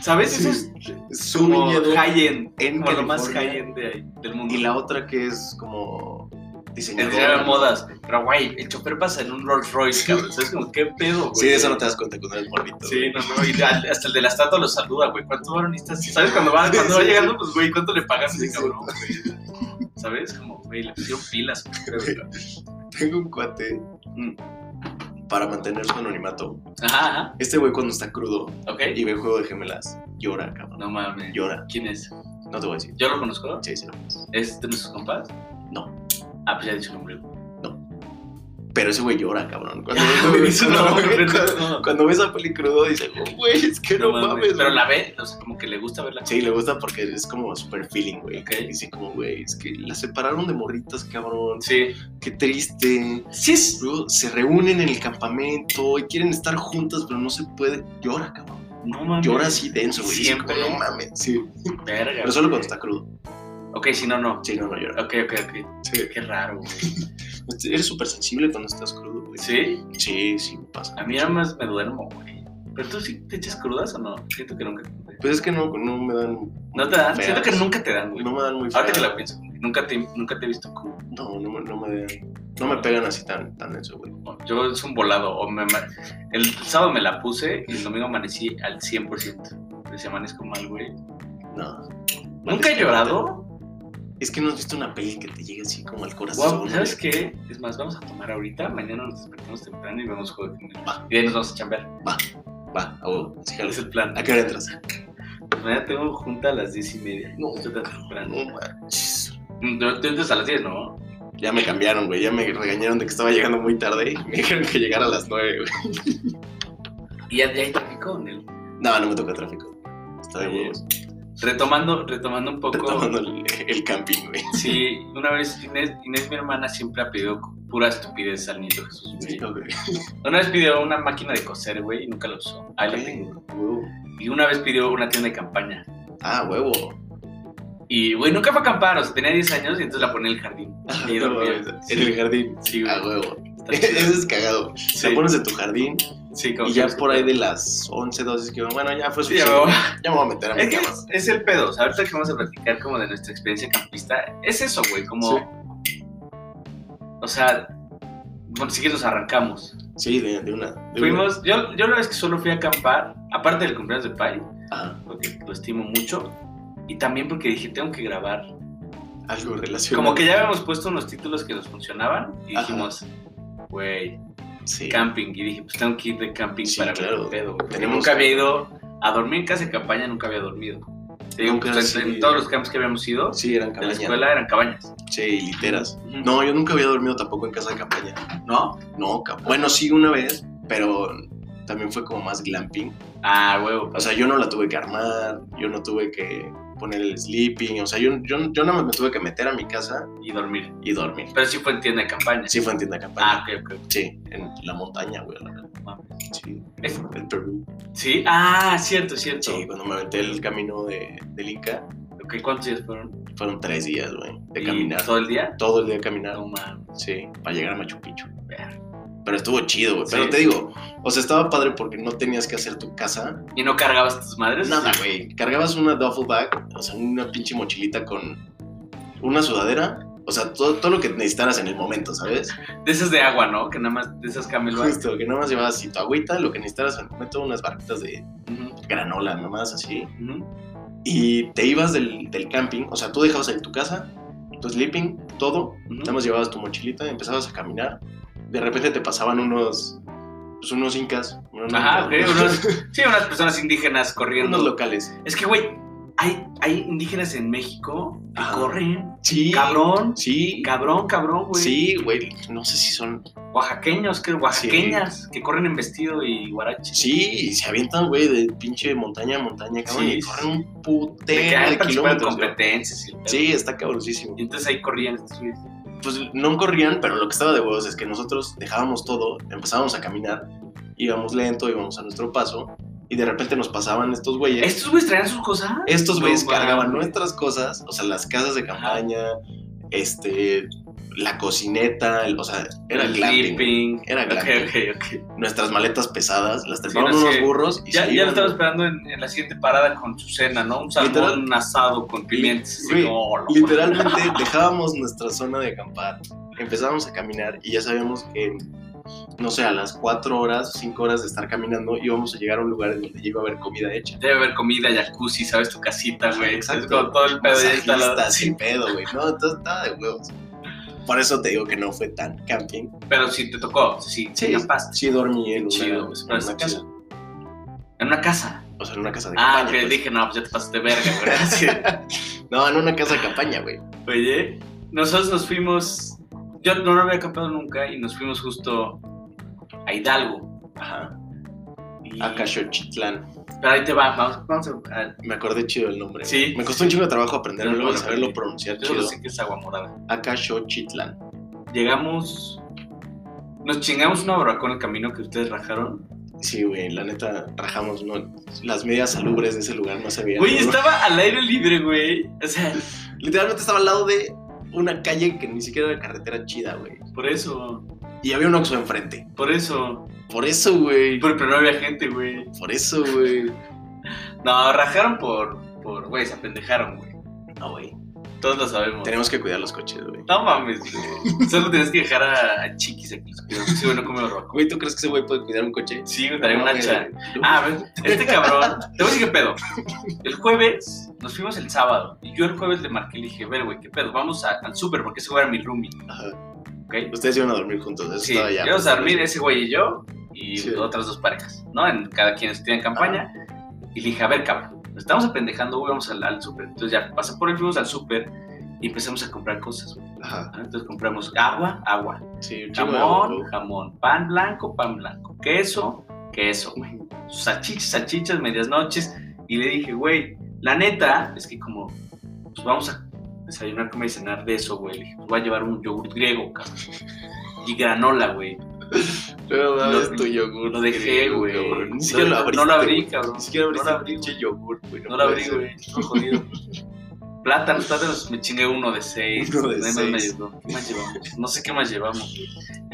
[SPEAKER 1] ¿Sabes?
[SPEAKER 2] Sí.
[SPEAKER 1] pues, Eso es
[SPEAKER 2] Es un
[SPEAKER 1] como
[SPEAKER 2] viñedo
[SPEAKER 1] high-end,
[SPEAKER 2] en
[SPEAKER 1] como lo más
[SPEAKER 2] California.
[SPEAKER 1] high-end de ahí, del mundo.
[SPEAKER 2] Y la otra que es como
[SPEAKER 1] El diario
[SPEAKER 2] diseñadora.
[SPEAKER 1] de modas. Pero, güey, el chofer pasa en un Rolls Royce, cabrón. ¿Sabes? Como, ¿qué pedo, güey?
[SPEAKER 2] Sí, de eso no te das cuenta cuando eres morrito. güey.
[SPEAKER 1] Sí, no, no, y al- hasta el de la estatua lo saluda, güey. ¿Cuántos varonistas? ¿Sabes? Cuando va, cuando va llegando, pues, güey, ¿cuánto le pagan a ese
[SPEAKER 2] Sí, sí.
[SPEAKER 1] cabrón, güey? ¿Sabes? Como, güey, le pusieron pilas. creo,
[SPEAKER 2] Güey.
[SPEAKER 1] cabrón.
[SPEAKER 2] Tengo un cuate
[SPEAKER 1] Mm.
[SPEAKER 2] para mantener su anonimato.
[SPEAKER 1] Ajá, ajá,
[SPEAKER 2] Este güey cuando está crudo
[SPEAKER 1] ok.
[SPEAKER 2] y ve juego de gemelas, llora, cabrón.
[SPEAKER 1] No mames.
[SPEAKER 2] Llora.
[SPEAKER 1] ¿Quién es?
[SPEAKER 2] No te voy a decir.
[SPEAKER 1] ¿Yo lo conozco?
[SPEAKER 2] Sí, sí, lo conoces.
[SPEAKER 1] ¿Es de nuestros compas?
[SPEAKER 2] No.
[SPEAKER 1] Ah, pues ya he dicho el nombre.
[SPEAKER 2] Pero ese güey llora, cabrón. Cuando,
[SPEAKER 1] Ah,
[SPEAKER 2] ve-
[SPEAKER 1] me dice el
[SPEAKER 2] cuando,
[SPEAKER 1] nombre,
[SPEAKER 2] ve-
[SPEAKER 1] no.
[SPEAKER 2] cuando, cuando ves a Peli crudo, dice, "Oh, güey, es que no, mames.
[SPEAKER 1] Pero
[SPEAKER 2] güey".
[SPEAKER 1] la ve, o sea, como que le gusta verla.
[SPEAKER 2] Sí, le gusta porque es como super feeling, güey.
[SPEAKER 1] Ok.
[SPEAKER 2] Dice como, güey, es que la separaron de morritas, cabrón.
[SPEAKER 1] Sí.
[SPEAKER 2] Qué triste.
[SPEAKER 1] Sí es...
[SPEAKER 2] Luego se reúnen en el campamento y quieren estar juntas, pero no se puede. Llora, cabrón.
[SPEAKER 1] No mames.
[SPEAKER 2] Llora así denso, güey. Dice
[SPEAKER 1] Siempre.
[SPEAKER 2] como, No mames. Sí.
[SPEAKER 1] Verga.
[SPEAKER 2] Pero solo
[SPEAKER 1] güey.
[SPEAKER 2] cuando está crudo.
[SPEAKER 1] Ok, si no, no.
[SPEAKER 2] Sí, no, no llora.
[SPEAKER 1] Ok, ok, ok.
[SPEAKER 2] Sí. Este,
[SPEAKER 1] Qué raro, güey.
[SPEAKER 2] Eres súper sensible cuando estás crudo, güey.
[SPEAKER 1] ¿Sí?
[SPEAKER 2] Sí, sí, me pasa.
[SPEAKER 1] A mí nada más me duermo, güey. ¿Pero tú sí te echas crudas o no? Siento que nunca te
[SPEAKER 2] Pues es que no, no me dan.
[SPEAKER 1] No te dan.
[SPEAKER 2] feas.
[SPEAKER 1] Siento que nunca te dan, güey.
[SPEAKER 2] No pues, me dan muy
[SPEAKER 1] Ahorita
[SPEAKER 2] feas.
[SPEAKER 1] que la pienso, güey, nunca te, nunca te he visto crudo.
[SPEAKER 2] No, no, me- no me dan. No me pegan así tan, tan denso, güey.
[SPEAKER 1] Yo es un volado. O me, ama- el sábado me la puse y el domingo amanecí al 100%. Pues, Si amanezco mal, güey.
[SPEAKER 2] No.
[SPEAKER 1] ¿Nunca he llorado?
[SPEAKER 2] Es que no has visto una peli que te llegue así como al corazón.
[SPEAKER 1] Guau, ¿Sabes qué? Es más, vamos a tomar ahorita. Mañana nos despertamos temprano y vamos a jugar. con él.
[SPEAKER 2] Va.
[SPEAKER 1] Y de ahí nos vamos a chambear.
[SPEAKER 2] Va, a huevo, sí,
[SPEAKER 1] ¿Cuál
[SPEAKER 2] jalo.
[SPEAKER 1] es el plan?
[SPEAKER 2] ¿A qué hora entras?
[SPEAKER 1] Mañana tengo junta a las 10 y media.
[SPEAKER 2] No.
[SPEAKER 1] Estoy tan temprano.
[SPEAKER 2] No manches.
[SPEAKER 1] Mm, Tú tú entras a las 10, ¿no?
[SPEAKER 2] Ya me cambiaron, güey. Ya me regañaron de que estaba llegando muy tarde. Me dijeron que llegara a las 9, güey.
[SPEAKER 1] Y ya, ya hay tráfico en el-
[SPEAKER 2] No, no me toca tráfico. Está de huevos.
[SPEAKER 1] Retomando, retomando un poco.
[SPEAKER 2] Retomando el, el camping, güey.
[SPEAKER 1] Sí, una vez Inés, Inés, mi hermana, siempre ha pedido pura estupidez al niño Jesús. güey. Una vez pidió una máquina de coser, güey, y nunca la usó. Ahí la tengo.
[SPEAKER 2] Huevo.
[SPEAKER 1] Y una vez pidió una tienda de campaña.
[SPEAKER 2] Ah, huevo.
[SPEAKER 1] Y, güey, nunca fue a acampar, o sea, tenía 10 años y entonces la ponía en el jardín.
[SPEAKER 2] Ah,
[SPEAKER 1] Y
[SPEAKER 2] no
[SPEAKER 1] dormía.
[SPEAKER 2] mames, en el jardín.
[SPEAKER 1] Sí, güey.
[SPEAKER 2] Ah, huevo.
[SPEAKER 1] Está chido.
[SPEAKER 2] Eso es cagado.
[SPEAKER 1] Sí,
[SPEAKER 2] La pones en tu jardín
[SPEAKER 1] sí, como
[SPEAKER 2] y
[SPEAKER 1] que-
[SPEAKER 2] ya por ahí de las 11, 12 que bueno, ya fue
[SPEAKER 1] Sí, ya
[SPEAKER 2] suficiente.
[SPEAKER 1] me voy.
[SPEAKER 2] Ya me voy a meter a mi
[SPEAKER 1] Es que
[SPEAKER 2] cama.
[SPEAKER 1] es, es el pedo, o sea, ahorita que vamos a platicar como de nuestra experiencia campista, es eso, güey, como... O sea, bueno, sí que nos arrancamos.
[SPEAKER 2] Sí, de, de una. de
[SPEAKER 1] Fuimos, yo, yo la vez que solo fui a acampar, aparte del cumpleaños de Pai,
[SPEAKER 2] una. Ajá,
[SPEAKER 1] porque lo estimo mucho, y también porque dije, tengo que grabar.
[SPEAKER 2] algo relacionado.
[SPEAKER 1] Como que ya habíamos puesto unos títulos que nos funcionaban, y
[SPEAKER 2] Ajá.
[SPEAKER 1] dijimos, güey,
[SPEAKER 2] Sí.
[SPEAKER 1] camping, y dije, pues tengo que ir de camping
[SPEAKER 2] Sí,
[SPEAKER 1] para ver
[SPEAKER 2] claro.
[SPEAKER 1] el pedo. güey.
[SPEAKER 2] Tenemos-
[SPEAKER 1] Nunca había ido a dormir en casa de campaña, nunca había dormido. Te digo,
[SPEAKER 2] Nunca
[SPEAKER 1] pues, en-
[SPEAKER 2] sí.
[SPEAKER 1] en todos los camps que habíamos ido,
[SPEAKER 2] Sí, eran
[SPEAKER 1] de la
[SPEAKER 2] cabañas.
[SPEAKER 1] escuela eran cabañas.
[SPEAKER 2] Sí, y literas. No, yo nunca había dormido tampoco en casa de campaña.
[SPEAKER 1] ¿No?
[SPEAKER 2] No, cab- bueno, sí una vez, pero también fue como más glamping.
[SPEAKER 1] Ah, huevo.
[SPEAKER 2] O sea, yo no la tuve que armar, yo no tuve que poner el sleeping, o sea, yo, yo, yo nada más me tuve que meter a mi casa
[SPEAKER 1] Y dormir.
[SPEAKER 2] y dormir.
[SPEAKER 1] Pero sí fue en tienda de campaña.
[SPEAKER 2] Sí fue en tienda de campaña.
[SPEAKER 1] Ah, ok, ok.
[SPEAKER 2] Sí, en la montaña, güey, la verdad. Sí,
[SPEAKER 1] Es-
[SPEAKER 2] en Perú.
[SPEAKER 1] sí. Ah, cierto, cierto.
[SPEAKER 2] Sí, cuando me aventé el camino de, del Inca,
[SPEAKER 1] Ok, ¿cuántos días fueron?
[SPEAKER 2] fueron tres días, güey, de
[SPEAKER 1] ¿Y
[SPEAKER 2] caminar.
[SPEAKER 1] ¿Todo el día?
[SPEAKER 2] Todo el día caminar.
[SPEAKER 1] No mames.
[SPEAKER 2] Sí, para llegar a Machu Picchu.
[SPEAKER 1] Ver.
[SPEAKER 2] Pero estuvo chido, güey.
[SPEAKER 1] Sí.
[SPEAKER 2] Pero te digo, o sea, estaba padre porque no tenías que hacer tu casa.
[SPEAKER 1] ¿Y no cargabas tus madres?
[SPEAKER 2] Nada, güey. Cargabas una duffel bag, o sea, una pinche mochilita con una sudadera. O sea, todo, todo lo que necesitaras en el momento, ¿sabes?
[SPEAKER 1] De esas de agua, ¿no? Que nada más, de esas camelback.
[SPEAKER 2] Justo, que nada más llevabas así tu agüita, lo que necesitaras en el momento, unas barritas de
[SPEAKER 1] Ujú,
[SPEAKER 2] granola, nomás así.
[SPEAKER 1] ujú.
[SPEAKER 2] Y te ibas del, del camping, o sea, tú dejabas en tu casa, tu sleeping, todo,
[SPEAKER 1] Ujú.
[SPEAKER 2] Nada más llevabas tu mochilita, empezabas a caminar. De repente te pasaban unos. Pues unos incas. unos-
[SPEAKER 1] Ajá, ok.
[SPEAKER 2] unos,
[SPEAKER 1] Unos, sí, unas personas indígenas corriendo.
[SPEAKER 2] unos locales.
[SPEAKER 1] Es que, güey, hay, hay indígenas en México que
[SPEAKER 2] Ajá.
[SPEAKER 1] corren.
[SPEAKER 2] Sí.
[SPEAKER 1] Cabrón.
[SPEAKER 2] Sí.
[SPEAKER 1] Cabrón, cabrón, güey.
[SPEAKER 2] Sí, güey. No sé si son.
[SPEAKER 1] Oaxaqueños, que oaxaqueñas, que corren en vestido y guarache.
[SPEAKER 2] Sí, y se avientan, güey, de pinche montaña a montaña, cabrón.
[SPEAKER 1] Sí,
[SPEAKER 2] y
[SPEAKER 1] sí.
[SPEAKER 2] corren un
[SPEAKER 1] De que ah,
[SPEAKER 2] putero
[SPEAKER 1] han
[SPEAKER 2] de
[SPEAKER 1] participado en
[SPEAKER 2] kilómetros. güey.
[SPEAKER 1] competencias. y el pedo.
[SPEAKER 2] Sí, está cabrosísimo.
[SPEAKER 1] Y entonces ahí corrían estos güeyes.
[SPEAKER 2] Pues no corrían, pero lo que estaba de huevos es que nosotros dejábamos todo, empezábamos a caminar, íbamos lento, íbamos a nuestro paso, y de repente nos pasaban estos güeyes.
[SPEAKER 1] ¿Estos güeyes traían sus cosas?
[SPEAKER 2] Estos
[SPEAKER 1] No
[SPEAKER 2] güeyes
[SPEAKER 1] mames.
[SPEAKER 2] cargaban nuestras cosas, o sea, las casas de campaña, este, la cocineta, el- o sea, era
[SPEAKER 1] el
[SPEAKER 2] glamping.
[SPEAKER 1] sleeping.
[SPEAKER 2] Era
[SPEAKER 1] Ok,
[SPEAKER 2] glamping.
[SPEAKER 1] ok, ok.
[SPEAKER 2] Nuestras maletas pesadas, las trepaban
[SPEAKER 1] no
[SPEAKER 2] unos
[SPEAKER 1] sé.
[SPEAKER 2] burros y
[SPEAKER 1] Ya,
[SPEAKER 2] se
[SPEAKER 1] ya
[SPEAKER 2] iban.
[SPEAKER 1] lo estaba esperando en, en la siguiente parada con su cena, ¿no? Un salmón
[SPEAKER 2] Literal-
[SPEAKER 1] asado con pimientos. oh,
[SPEAKER 2] Güey,
[SPEAKER 1] Sí, no, no,
[SPEAKER 2] Literalmente dejábamos nuestra zona de acampar, empezábamos a caminar y ya sabíamos que, no sé, a las 4 horas, 5 horas de estar caminando íbamos a llegar a un lugar en donde ya iba a haber comida hecha.
[SPEAKER 1] Debe haber comida, jacuzzi, ¿sabes? Tu casita, güey.
[SPEAKER 2] Exacto.
[SPEAKER 1] Exacto. Con todo el pedo ya instalado.
[SPEAKER 2] Masajista, sin pedo, güey. No, entonces estaba de huevos. Por eso te digo que no fue tan camping.
[SPEAKER 1] Pero sí te tocó, sí, sí,
[SPEAKER 2] Sí,
[SPEAKER 1] acampaste.
[SPEAKER 2] sí dormí en una,
[SPEAKER 1] Chido, güey. Pero
[SPEAKER 2] en una
[SPEAKER 1] está
[SPEAKER 2] casa.
[SPEAKER 1] chido. En una casa.
[SPEAKER 2] O sea, en una casa de
[SPEAKER 1] Ah,
[SPEAKER 2] campaña.
[SPEAKER 1] que
[SPEAKER 2] pues.
[SPEAKER 1] dije, no, pues ya te pasaste verga, güey. Así.
[SPEAKER 2] No, en una casa de campaña, güey.
[SPEAKER 1] Oye, nosotros nos fuimos. Yo no lo había acampado nunca y nos fuimos justo a Hidalgo.
[SPEAKER 2] Ajá.
[SPEAKER 1] Y-
[SPEAKER 2] A Cachochitlán.
[SPEAKER 1] Pero ahí te va, vamos, vamos a. a-
[SPEAKER 2] Me acordé chido el nombre.
[SPEAKER 1] Sí.
[SPEAKER 2] güey. Me costó un chingo de trabajo aprenderlo
[SPEAKER 1] Yo
[SPEAKER 2] y
[SPEAKER 1] lo
[SPEAKER 2] saberlo
[SPEAKER 1] aprendí.
[SPEAKER 2] pronunciar
[SPEAKER 1] Yo solo
[SPEAKER 2] chido.
[SPEAKER 1] sé que es agua morada.
[SPEAKER 2] Acachochitlán.
[SPEAKER 1] Llegamos. Nos chingamos una barbacoa en el camino que ustedes rajaron.
[SPEAKER 2] Sí, güey, la neta, rajamos, ¿no? Las medias salubres de ese lugar no se veían.
[SPEAKER 1] Güey,
[SPEAKER 2] ¿no?
[SPEAKER 1] estaba al aire libre, güey. O sea,
[SPEAKER 2] Literalmente estaba al lado de una calle que ni siquiera era carretera chida, güey.
[SPEAKER 1] por eso.
[SPEAKER 2] Y había un Oxxo enfrente.
[SPEAKER 1] Por eso.
[SPEAKER 2] Por eso, güey.
[SPEAKER 1] Pero, pero no había gente, güey.
[SPEAKER 2] Por eso, güey.
[SPEAKER 1] No, rajaron por. por güey, se apendejaron, güey.
[SPEAKER 2] No, güey.
[SPEAKER 1] Todos lo sabemos.
[SPEAKER 2] Tenemos que cuidar los coches, güey.
[SPEAKER 1] No mames, güey. Solo tienes que dejar a, a Chiquis aquí. Sí, güey, no come barbacoa.
[SPEAKER 2] Güey, ¿tú crees que ese güey puede cuidar un coche?
[SPEAKER 1] Sí, güey, traía un
[SPEAKER 2] No,
[SPEAKER 1] hacha.
[SPEAKER 2] güey.
[SPEAKER 1] Ah, a ver, este cabrón. Te voy a decir qué pedo. El jueves nos fuimos el sábado. Y yo el jueves le marqué y le dije, ver, güey, qué pedo. Vamos a- al súper porque ese güey era mi roomie,
[SPEAKER 2] Ajá.
[SPEAKER 1] ¿ok?
[SPEAKER 2] Ustedes iban a dormir juntos, eso
[SPEAKER 1] Sí,
[SPEAKER 2] estaba ya.
[SPEAKER 1] íbamos a dormir ese güey y yo y
[SPEAKER 2] Sí.
[SPEAKER 1] otras dos parejas, ¿no? En cada quien estudia en campaña. Y le dije, a ver, cabrón, nos estamos apendejando, güey, vamos al, al súper. Entonces ya pasé por él, fuimos al súper y empezamos a comprar cosas, güey.
[SPEAKER 2] Ajá.
[SPEAKER 1] ¿no? Entonces compramos agua, agua.
[SPEAKER 2] Sí, un chingo de
[SPEAKER 1] Jamón,
[SPEAKER 2] huevo.
[SPEAKER 1] jamón, pan blanco, pan blanco, queso, queso, güey. Salchichas, salchichas, medias noches. Y le dije, güey, la neta es que como pues vamos a desayunar, comer y cenar de eso, güey. Le dije, pues voy a llevar un yogurt griego, cabrón. Y granola, güey.
[SPEAKER 2] No mames,
[SPEAKER 1] Lo-
[SPEAKER 2] tu yogur.
[SPEAKER 1] lo dejé,
[SPEAKER 2] querido,
[SPEAKER 1] güey.
[SPEAKER 2] cabrón.
[SPEAKER 1] Ni siquiera
[SPEAKER 2] Ni siquiera lo
[SPEAKER 1] lo-
[SPEAKER 2] abrí.
[SPEAKER 1] no lo abrí, cabrón.
[SPEAKER 2] Ni siquiera abriste
[SPEAKER 1] No lo
[SPEAKER 2] el
[SPEAKER 1] abrí.
[SPEAKER 2] pinche yogur, güey.
[SPEAKER 1] No lo
[SPEAKER 2] puede
[SPEAKER 1] abrí,
[SPEAKER 2] ser.
[SPEAKER 1] güey. Estaba jodido. Plátanos, plátanos, me chingué uno de seis.
[SPEAKER 2] Uno de
[SPEAKER 1] Además,
[SPEAKER 2] seis.
[SPEAKER 1] me ayudó. ¿Qué más llevamos? No sé qué más llevamos. Y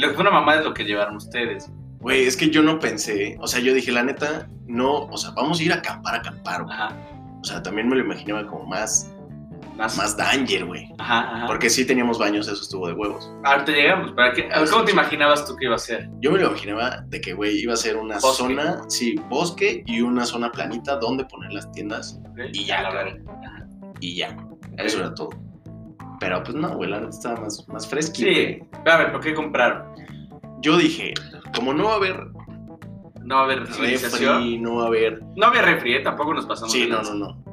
[SPEAKER 1] lo que fue una mamá es lo que llevaron ustedes.
[SPEAKER 2] Güey, es que yo no pensé. O sea, yo dije, la neta, no. O sea, vamos a ir a acampar, a acampar, güey.
[SPEAKER 1] Ajá.
[SPEAKER 2] O sea, también me lo imaginaba como más,
[SPEAKER 1] Más.
[SPEAKER 2] más danger, güey.
[SPEAKER 1] Ajá, ajá.
[SPEAKER 2] Porque sí teníamos baños, eso estuvo de huevos.
[SPEAKER 1] Ahorita llegamos, ¿para qué?
[SPEAKER 2] Ah,
[SPEAKER 1] ¿Cómo
[SPEAKER 2] sí,
[SPEAKER 1] te
[SPEAKER 2] sí.
[SPEAKER 1] imaginabas tú que iba a ser?
[SPEAKER 2] Yo me lo imaginaba de que, güey, iba a ser una
[SPEAKER 1] Bosque.
[SPEAKER 2] zona, sí, bosque y una zona planita donde poner las tiendas Y ya,
[SPEAKER 1] la
[SPEAKER 2] claro.
[SPEAKER 1] verdad.
[SPEAKER 2] y ya. Eso era todo. Pero pues no, güey, la neta estaba más, más fresquita.
[SPEAKER 1] Sí, a ver, ¿por qué compraron?
[SPEAKER 2] Yo dije, como no va a haber
[SPEAKER 1] No va a haber civilización.
[SPEAKER 2] refri, no va a haber.
[SPEAKER 1] No había refri, ¿eh? tampoco nos pasamos.
[SPEAKER 2] Sí,
[SPEAKER 1] de
[SPEAKER 2] no,
[SPEAKER 1] lanza.
[SPEAKER 2] no, no.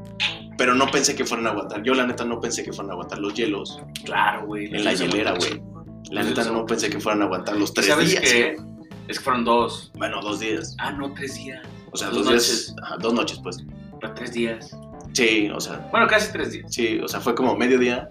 [SPEAKER 2] Pero no pensé que fueran a aguantar. Yo, la neta, no pensé que fueran a aguantar los hielos.
[SPEAKER 1] Claro, güey.
[SPEAKER 2] En la hielera, güey. La
[SPEAKER 1] Los
[SPEAKER 2] neta,
[SPEAKER 1] hielos
[SPEAKER 2] no pensé que fueran a aguantar los
[SPEAKER 1] ¿Y
[SPEAKER 2] tres
[SPEAKER 1] ¿Sabes
[SPEAKER 2] días.
[SPEAKER 1] qué? Es que fueron dos.
[SPEAKER 2] Bueno, dos días.
[SPEAKER 1] Ah, no, tres días.
[SPEAKER 2] O sea,
[SPEAKER 1] Dos
[SPEAKER 2] dos,
[SPEAKER 1] noches.
[SPEAKER 2] días. ajá, dos noches, pues.
[SPEAKER 1] Pero tres días.
[SPEAKER 2] Sí, o sea,
[SPEAKER 1] Bueno, casi tres días.
[SPEAKER 2] sí, o sea, fue como mediodía,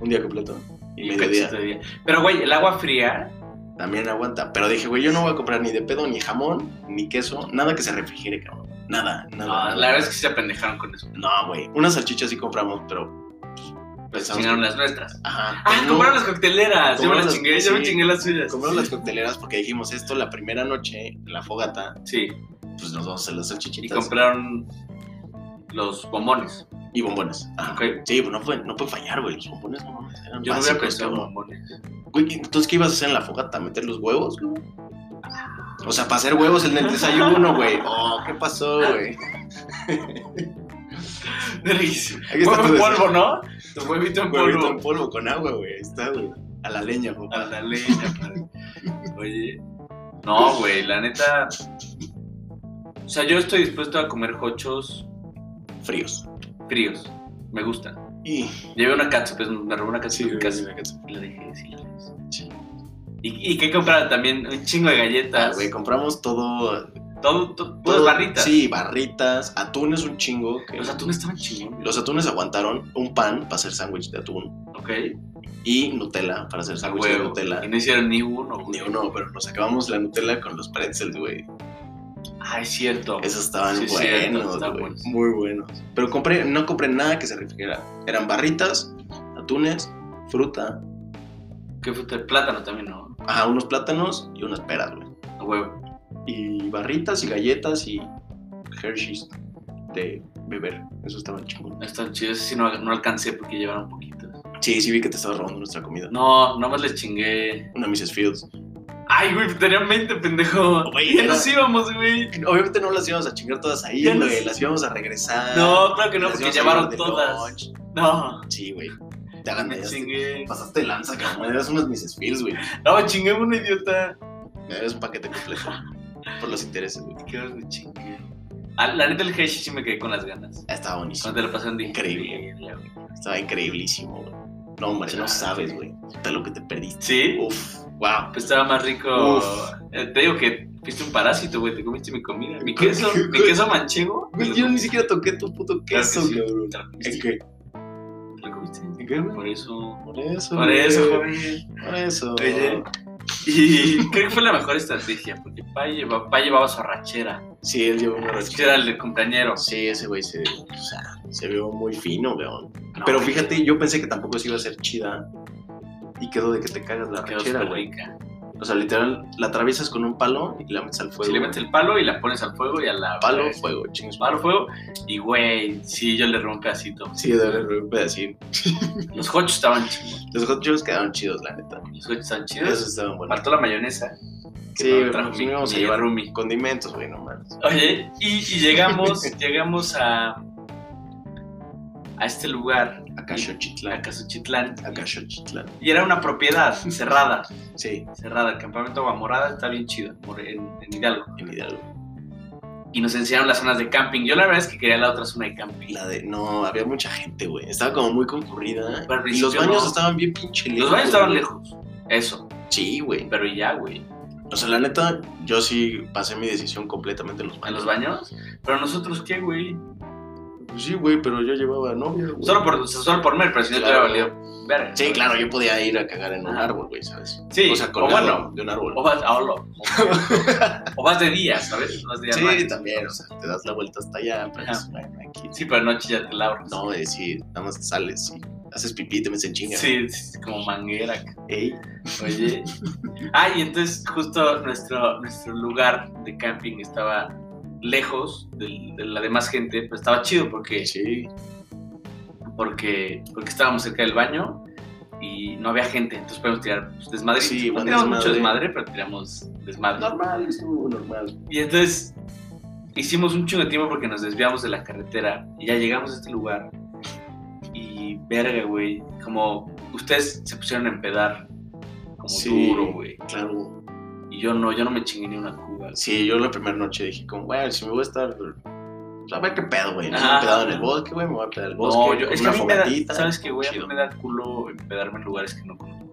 [SPEAKER 2] un día completo. Y
[SPEAKER 1] Un
[SPEAKER 2] mediodía.
[SPEAKER 1] cachito de día. Pero, güey, el agua fría.
[SPEAKER 2] También aguanta. Pero dije, güey, yo no voy a comprar ni de pedo, ni jamón, ni queso, nada que se refrigere, cabrón. Nada, nada.
[SPEAKER 1] no,
[SPEAKER 2] nada.
[SPEAKER 1] la verdad es que sí se apendejaron con eso.
[SPEAKER 2] No, güey. Unas salchichas sí compramos, pero.
[SPEAKER 1] Pues
[SPEAKER 2] Pensamos
[SPEAKER 1] chingaron las nuestras.
[SPEAKER 2] Ajá.
[SPEAKER 1] Ah,
[SPEAKER 2] pero no-
[SPEAKER 1] compraron las cocteleras. Yo me
[SPEAKER 2] Compraron
[SPEAKER 1] las
[SPEAKER 2] las-
[SPEAKER 1] chingué, yo me
[SPEAKER 2] sí.
[SPEAKER 1] chingué las suyas.
[SPEAKER 2] Compramos las cocteleras porque dijimos esto la primera noche, en la fogata,
[SPEAKER 1] Sí,
[SPEAKER 2] pues nos vamos a hacer las
[SPEAKER 1] y
[SPEAKER 2] salchichitas.
[SPEAKER 1] compraron los bombones.
[SPEAKER 2] Y, bombones. Ajá.
[SPEAKER 1] Ok.
[SPEAKER 2] Sí, pues no puede, no puede fallar, güey. Los bombones no mames, eran
[SPEAKER 1] Yo no había
[SPEAKER 2] básicos,
[SPEAKER 1] pensado en
[SPEAKER 2] cabrón.
[SPEAKER 1] bombones.
[SPEAKER 2] Güey, entonces, ¿qué ibas a hacer en la fogata? ¿Meter los huevos, güey? O sea, para hacer huevos en el desayuno, güey. Oh, ¿qué pasó, güey?
[SPEAKER 1] Riquísimo.
[SPEAKER 2] Aquí está
[SPEAKER 1] Huevo
[SPEAKER 2] tu
[SPEAKER 1] en
[SPEAKER 2] desayuno.
[SPEAKER 1] polvo, ¿no? Tu huevito en
[SPEAKER 2] Huevito en
[SPEAKER 1] polvo.
[SPEAKER 2] polvo con agua, güey. Ahí Está, güey. A la leña, papá.
[SPEAKER 1] A la leña, padre. Oye. No, güey, la neta. O sea, yo estoy dispuesto a comer hochos Ah.
[SPEAKER 2] Fríos.
[SPEAKER 1] fríos. Me gustan.
[SPEAKER 2] Y.
[SPEAKER 1] Llevé una catsup, es- me robó una catsup en
[SPEAKER 2] casi
[SPEAKER 1] casa.
[SPEAKER 2] me canso.
[SPEAKER 1] La dejé, sí, la dejé.
[SPEAKER 2] Sí.
[SPEAKER 1] ¿Y, y qué compraron también? Un chingo de
[SPEAKER 2] Ah,
[SPEAKER 1] galletas.
[SPEAKER 2] güey, compramos todo.
[SPEAKER 1] Todo, to- todas
[SPEAKER 2] todo-
[SPEAKER 1] barritas.
[SPEAKER 2] Sí, barritas. Atunes un chingo. que-
[SPEAKER 1] Los atunes estaban chingones.
[SPEAKER 2] Los atunes aguantaron un pan para hacer sándwich de atún
[SPEAKER 1] Ok.
[SPEAKER 2] y Nutella para hacer
[SPEAKER 1] A
[SPEAKER 2] sándwich de
[SPEAKER 1] huevo. Y
[SPEAKER 2] Nutella.
[SPEAKER 1] no hicieron ni uno, güey.
[SPEAKER 2] Ni uno, pero nos acabamos la Nutella con los pretzels, güey.
[SPEAKER 1] Ah, es cierto.
[SPEAKER 2] Esos estaban
[SPEAKER 1] Sí, cierto,
[SPEAKER 2] buenos,
[SPEAKER 1] estaban
[SPEAKER 2] güey.
[SPEAKER 1] buenos.
[SPEAKER 2] Muy buenos. Pero compré, no compré nada que se refrigerara. Eran barritas, atunes, fruta,
[SPEAKER 1] Ok. ¿Qué fruta? Plátano también, ¿no?
[SPEAKER 2] Ajá, unos plátanos y unas peras, güey.
[SPEAKER 1] A huevo.
[SPEAKER 2] Y barritas y galletas y Hershey's de beber. Eso estaba chingón.
[SPEAKER 1] Están chidos. Ese sí no, no alcancé porque llevaron poquitos.
[SPEAKER 2] Sí, sí vi que te estabas robando nuestra comida.
[SPEAKER 1] No, nomás les chingué.
[SPEAKER 2] Una Mrs. Fields.
[SPEAKER 1] Ay, güey, tenía 20, pendejo.
[SPEAKER 2] Güey,
[SPEAKER 1] ya
[SPEAKER 2] era-
[SPEAKER 1] nos íbamos, güey.
[SPEAKER 2] Obviamente no las íbamos a chingar todas ahí,
[SPEAKER 1] Ya
[SPEAKER 2] güey.
[SPEAKER 1] las-
[SPEAKER 2] Las íbamos a regresar.
[SPEAKER 1] No, claro que no,
[SPEAKER 2] Las
[SPEAKER 1] porque
[SPEAKER 2] Ah, íbamos a
[SPEAKER 1] llevaron
[SPEAKER 2] llevar de
[SPEAKER 1] todas.
[SPEAKER 2] lunch.
[SPEAKER 1] No,
[SPEAKER 2] Sí, güey. Te hagan
[SPEAKER 1] me
[SPEAKER 2] de ellas.
[SPEAKER 1] chingué.
[SPEAKER 2] Pasaste de lanza, cabrón. Eras unas Mrs. Fields, güey.
[SPEAKER 1] No, chingué a una idiota.
[SPEAKER 2] Me debes un paquete completo. Por los intereses, güey.
[SPEAKER 1] ¿Qué más me chingué? Ah, La neta, el Hershey sí me quedé con las ganas.
[SPEAKER 2] Ah, Estaba buenísimo.
[SPEAKER 1] Cuando te lo pasaron, dije.
[SPEAKER 2] Increíble.
[SPEAKER 1] "Verga, güey".
[SPEAKER 2] Estaba increíblísimo, güey. No, hombre, no
[SPEAKER 1] Chale.
[SPEAKER 2] sabes, güey. Puta lo que te perdiste.
[SPEAKER 1] Sí,
[SPEAKER 2] Uf, wow.
[SPEAKER 1] pues estaba más rico.
[SPEAKER 2] Uf.
[SPEAKER 1] Eh, Te digo que fuiste un parásito, güey. Te comiste mi comida. Mi queso,
[SPEAKER 2] Güey.
[SPEAKER 1] mi queso manchego.
[SPEAKER 2] Güey, yo ni siquiera toqué tu puto
[SPEAKER 1] Claro que
[SPEAKER 2] queso,
[SPEAKER 1] sí.
[SPEAKER 2] cabrón.
[SPEAKER 1] Te lo
[SPEAKER 2] ¿En
[SPEAKER 1] comiste.
[SPEAKER 2] qué?
[SPEAKER 1] Te lo comiste.
[SPEAKER 2] ¿En qué, güey?
[SPEAKER 1] Por eso.
[SPEAKER 2] Por eso.
[SPEAKER 1] Por
[SPEAKER 2] güey.
[SPEAKER 1] eso, joven.
[SPEAKER 2] Por eso.
[SPEAKER 1] Oye. Y creo que fue la mejor estrategia, porque Pa lleva- Pa llevaba su arrachera.
[SPEAKER 2] Sí, él llevó una
[SPEAKER 1] Arrachera era el de compañero.
[SPEAKER 2] Sí, ese güey se, o sea, se vio muy fino, weón.
[SPEAKER 1] No,
[SPEAKER 2] Pero
[SPEAKER 1] güey,
[SPEAKER 2] fíjate, yo pensé que tampoco se iba a ser chida. Y quedó de que te cagas la
[SPEAKER 1] quedó
[SPEAKER 2] rachera,
[SPEAKER 1] súper
[SPEAKER 2] güey.
[SPEAKER 1] rica.
[SPEAKER 2] O sea, literal, la atraviesas con un palo y la metes al fuego.
[SPEAKER 1] Si le metes el palo y la pones al fuego y a la.
[SPEAKER 2] Palo, fuego, chingos.
[SPEAKER 1] Palo, fuego. Y güey, sí, yo le rompí un pedacito.
[SPEAKER 2] Sí, de verdad, un pedacito.
[SPEAKER 1] Los hochos estaban chidos.
[SPEAKER 2] Los hot dogs quedaron chidos, la neta.
[SPEAKER 1] Los hochos estaban chidos.
[SPEAKER 2] Esos estaban buenos.
[SPEAKER 1] Faltó la mayonesa. que
[SPEAKER 2] Sí,
[SPEAKER 1] no
[SPEAKER 2] güey,
[SPEAKER 1] trajo
[SPEAKER 2] nos
[SPEAKER 1] mi-
[SPEAKER 2] íbamos a
[SPEAKER 1] mi
[SPEAKER 2] llevar
[SPEAKER 1] roomie.
[SPEAKER 2] Condimentos, güey, no mames.
[SPEAKER 1] Oye, y, y llegamos, llegamos a. a este lugar, a
[SPEAKER 2] Acachochitlán.
[SPEAKER 1] Casuchitlán.
[SPEAKER 2] Acachochitlán.
[SPEAKER 1] Y era una propiedad cerrada.
[SPEAKER 2] Sí,
[SPEAKER 1] cerrada, el campamento Agua Morada está bien chido, por- en, en Hidalgo.
[SPEAKER 2] en Hidalgo.
[SPEAKER 1] Y nos enseñaron las zonas de camping. Yo la verdad es que quería la otra zona de camping.
[SPEAKER 2] La de. No, había mucha gente, güey. Estaba como muy concurrida.
[SPEAKER 1] Pero al
[SPEAKER 2] Y los
[SPEAKER 1] principio
[SPEAKER 2] baños
[SPEAKER 1] no.
[SPEAKER 2] estaban bien pinche lejos.
[SPEAKER 1] Los baños estaban
[SPEAKER 2] güey.
[SPEAKER 1] lejos, eso,
[SPEAKER 2] Sí, güey.
[SPEAKER 1] pero ya, güey,
[SPEAKER 2] O sea, la neta, yo sí pasé mi decisión completamente en los
[SPEAKER 1] en
[SPEAKER 2] baños.
[SPEAKER 1] los baños. Pero nosotros, ¿qué, güey?
[SPEAKER 2] Pues sí, güey, pero yo llevaba novia, güey.
[SPEAKER 1] Solo por, o sea, solo por mer, pero si no te hubiera
[SPEAKER 2] Claro.
[SPEAKER 1] valido. verga.
[SPEAKER 2] Sí, claro, yo podía ir a cagar en un
[SPEAKER 1] Ajá.
[SPEAKER 2] árbol, güey, ¿sabes?
[SPEAKER 1] Sí,
[SPEAKER 2] o sea,
[SPEAKER 1] o
[SPEAKER 2] colgado
[SPEAKER 1] bueno,
[SPEAKER 2] de un árbol.
[SPEAKER 1] o vas, ah, hola. o vas de día, ¿sabes? Vas de día al
[SPEAKER 2] sí,
[SPEAKER 1] baño.
[SPEAKER 2] también, o sea, te das la vuelta hasta allá, pero
[SPEAKER 1] Ajá.
[SPEAKER 2] dices, bueno, aquí.
[SPEAKER 1] Sí, pero de noche ya te labras.
[SPEAKER 2] No, es sí, nada más te sales y haces pipí, te metes en chinga.
[SPEAKER 1] Sí, sí, como manguera.
[SPEAKER 2] Ey,
[SPEAKER 1] Oye. Ah, y entonces justo nuestro, nuestro lugar de camping estaba lejos del- de, la demás gente, pero estaba chido porque,
[SPEAKER 2] sí.
[SPEAKER 1] porque, porque estábamos cerca del baño y no había gente, entonces podíamos tirar pues, desmadre.
[SPEAKER 2] Sí,
[SPEAKER 1] no
[SPEAKER 2] buen
[SPEAKER 1] tiramos mucho
[SPEAKER 2] desmadre.
[SPEAKER 1] desmadre, pero tiramos desmadre.
[SPEAKER 2] Normal, estuvo normal.
[SPEAKER 1] Y entonces hicimos un chingo de tiempo porque nos desviamos de la carretera y ya llegamos a este lugar. Y verga, güey, como ustedes se pusieron a empedar como
[SPEAKER 2] Sí.
[SPEAKER 1] duro, güey.
[SPEAKER 2] Claro.
[SPEAKER 1] Y yo no, yo no me chingué ni una cuba.
[SPEAKER 2] Sí, yo la primera noche dije, como, bueno, si me voy a estar. pues, A ver qué pedo, güey. Me
[SPEAKER 1] Ajá.
[SPEAKER 2] he pedado en el bosque, güey. Me voy a pedar en el bosque.
[SPEAKER 1] no, yo,
[SPEAKER 2] con
[SPEAKER 1] es que
[SPEAKER 2] una
[SPEAKER 1] a mí me da,
[SPEAKER 2] fogatita.
[SPEAKER 1] ¿sabes qué, güey? A mí
[SPEAKER 2] chido.
[SPEAKER 1] me da culo empedarme en lugares que no conozco.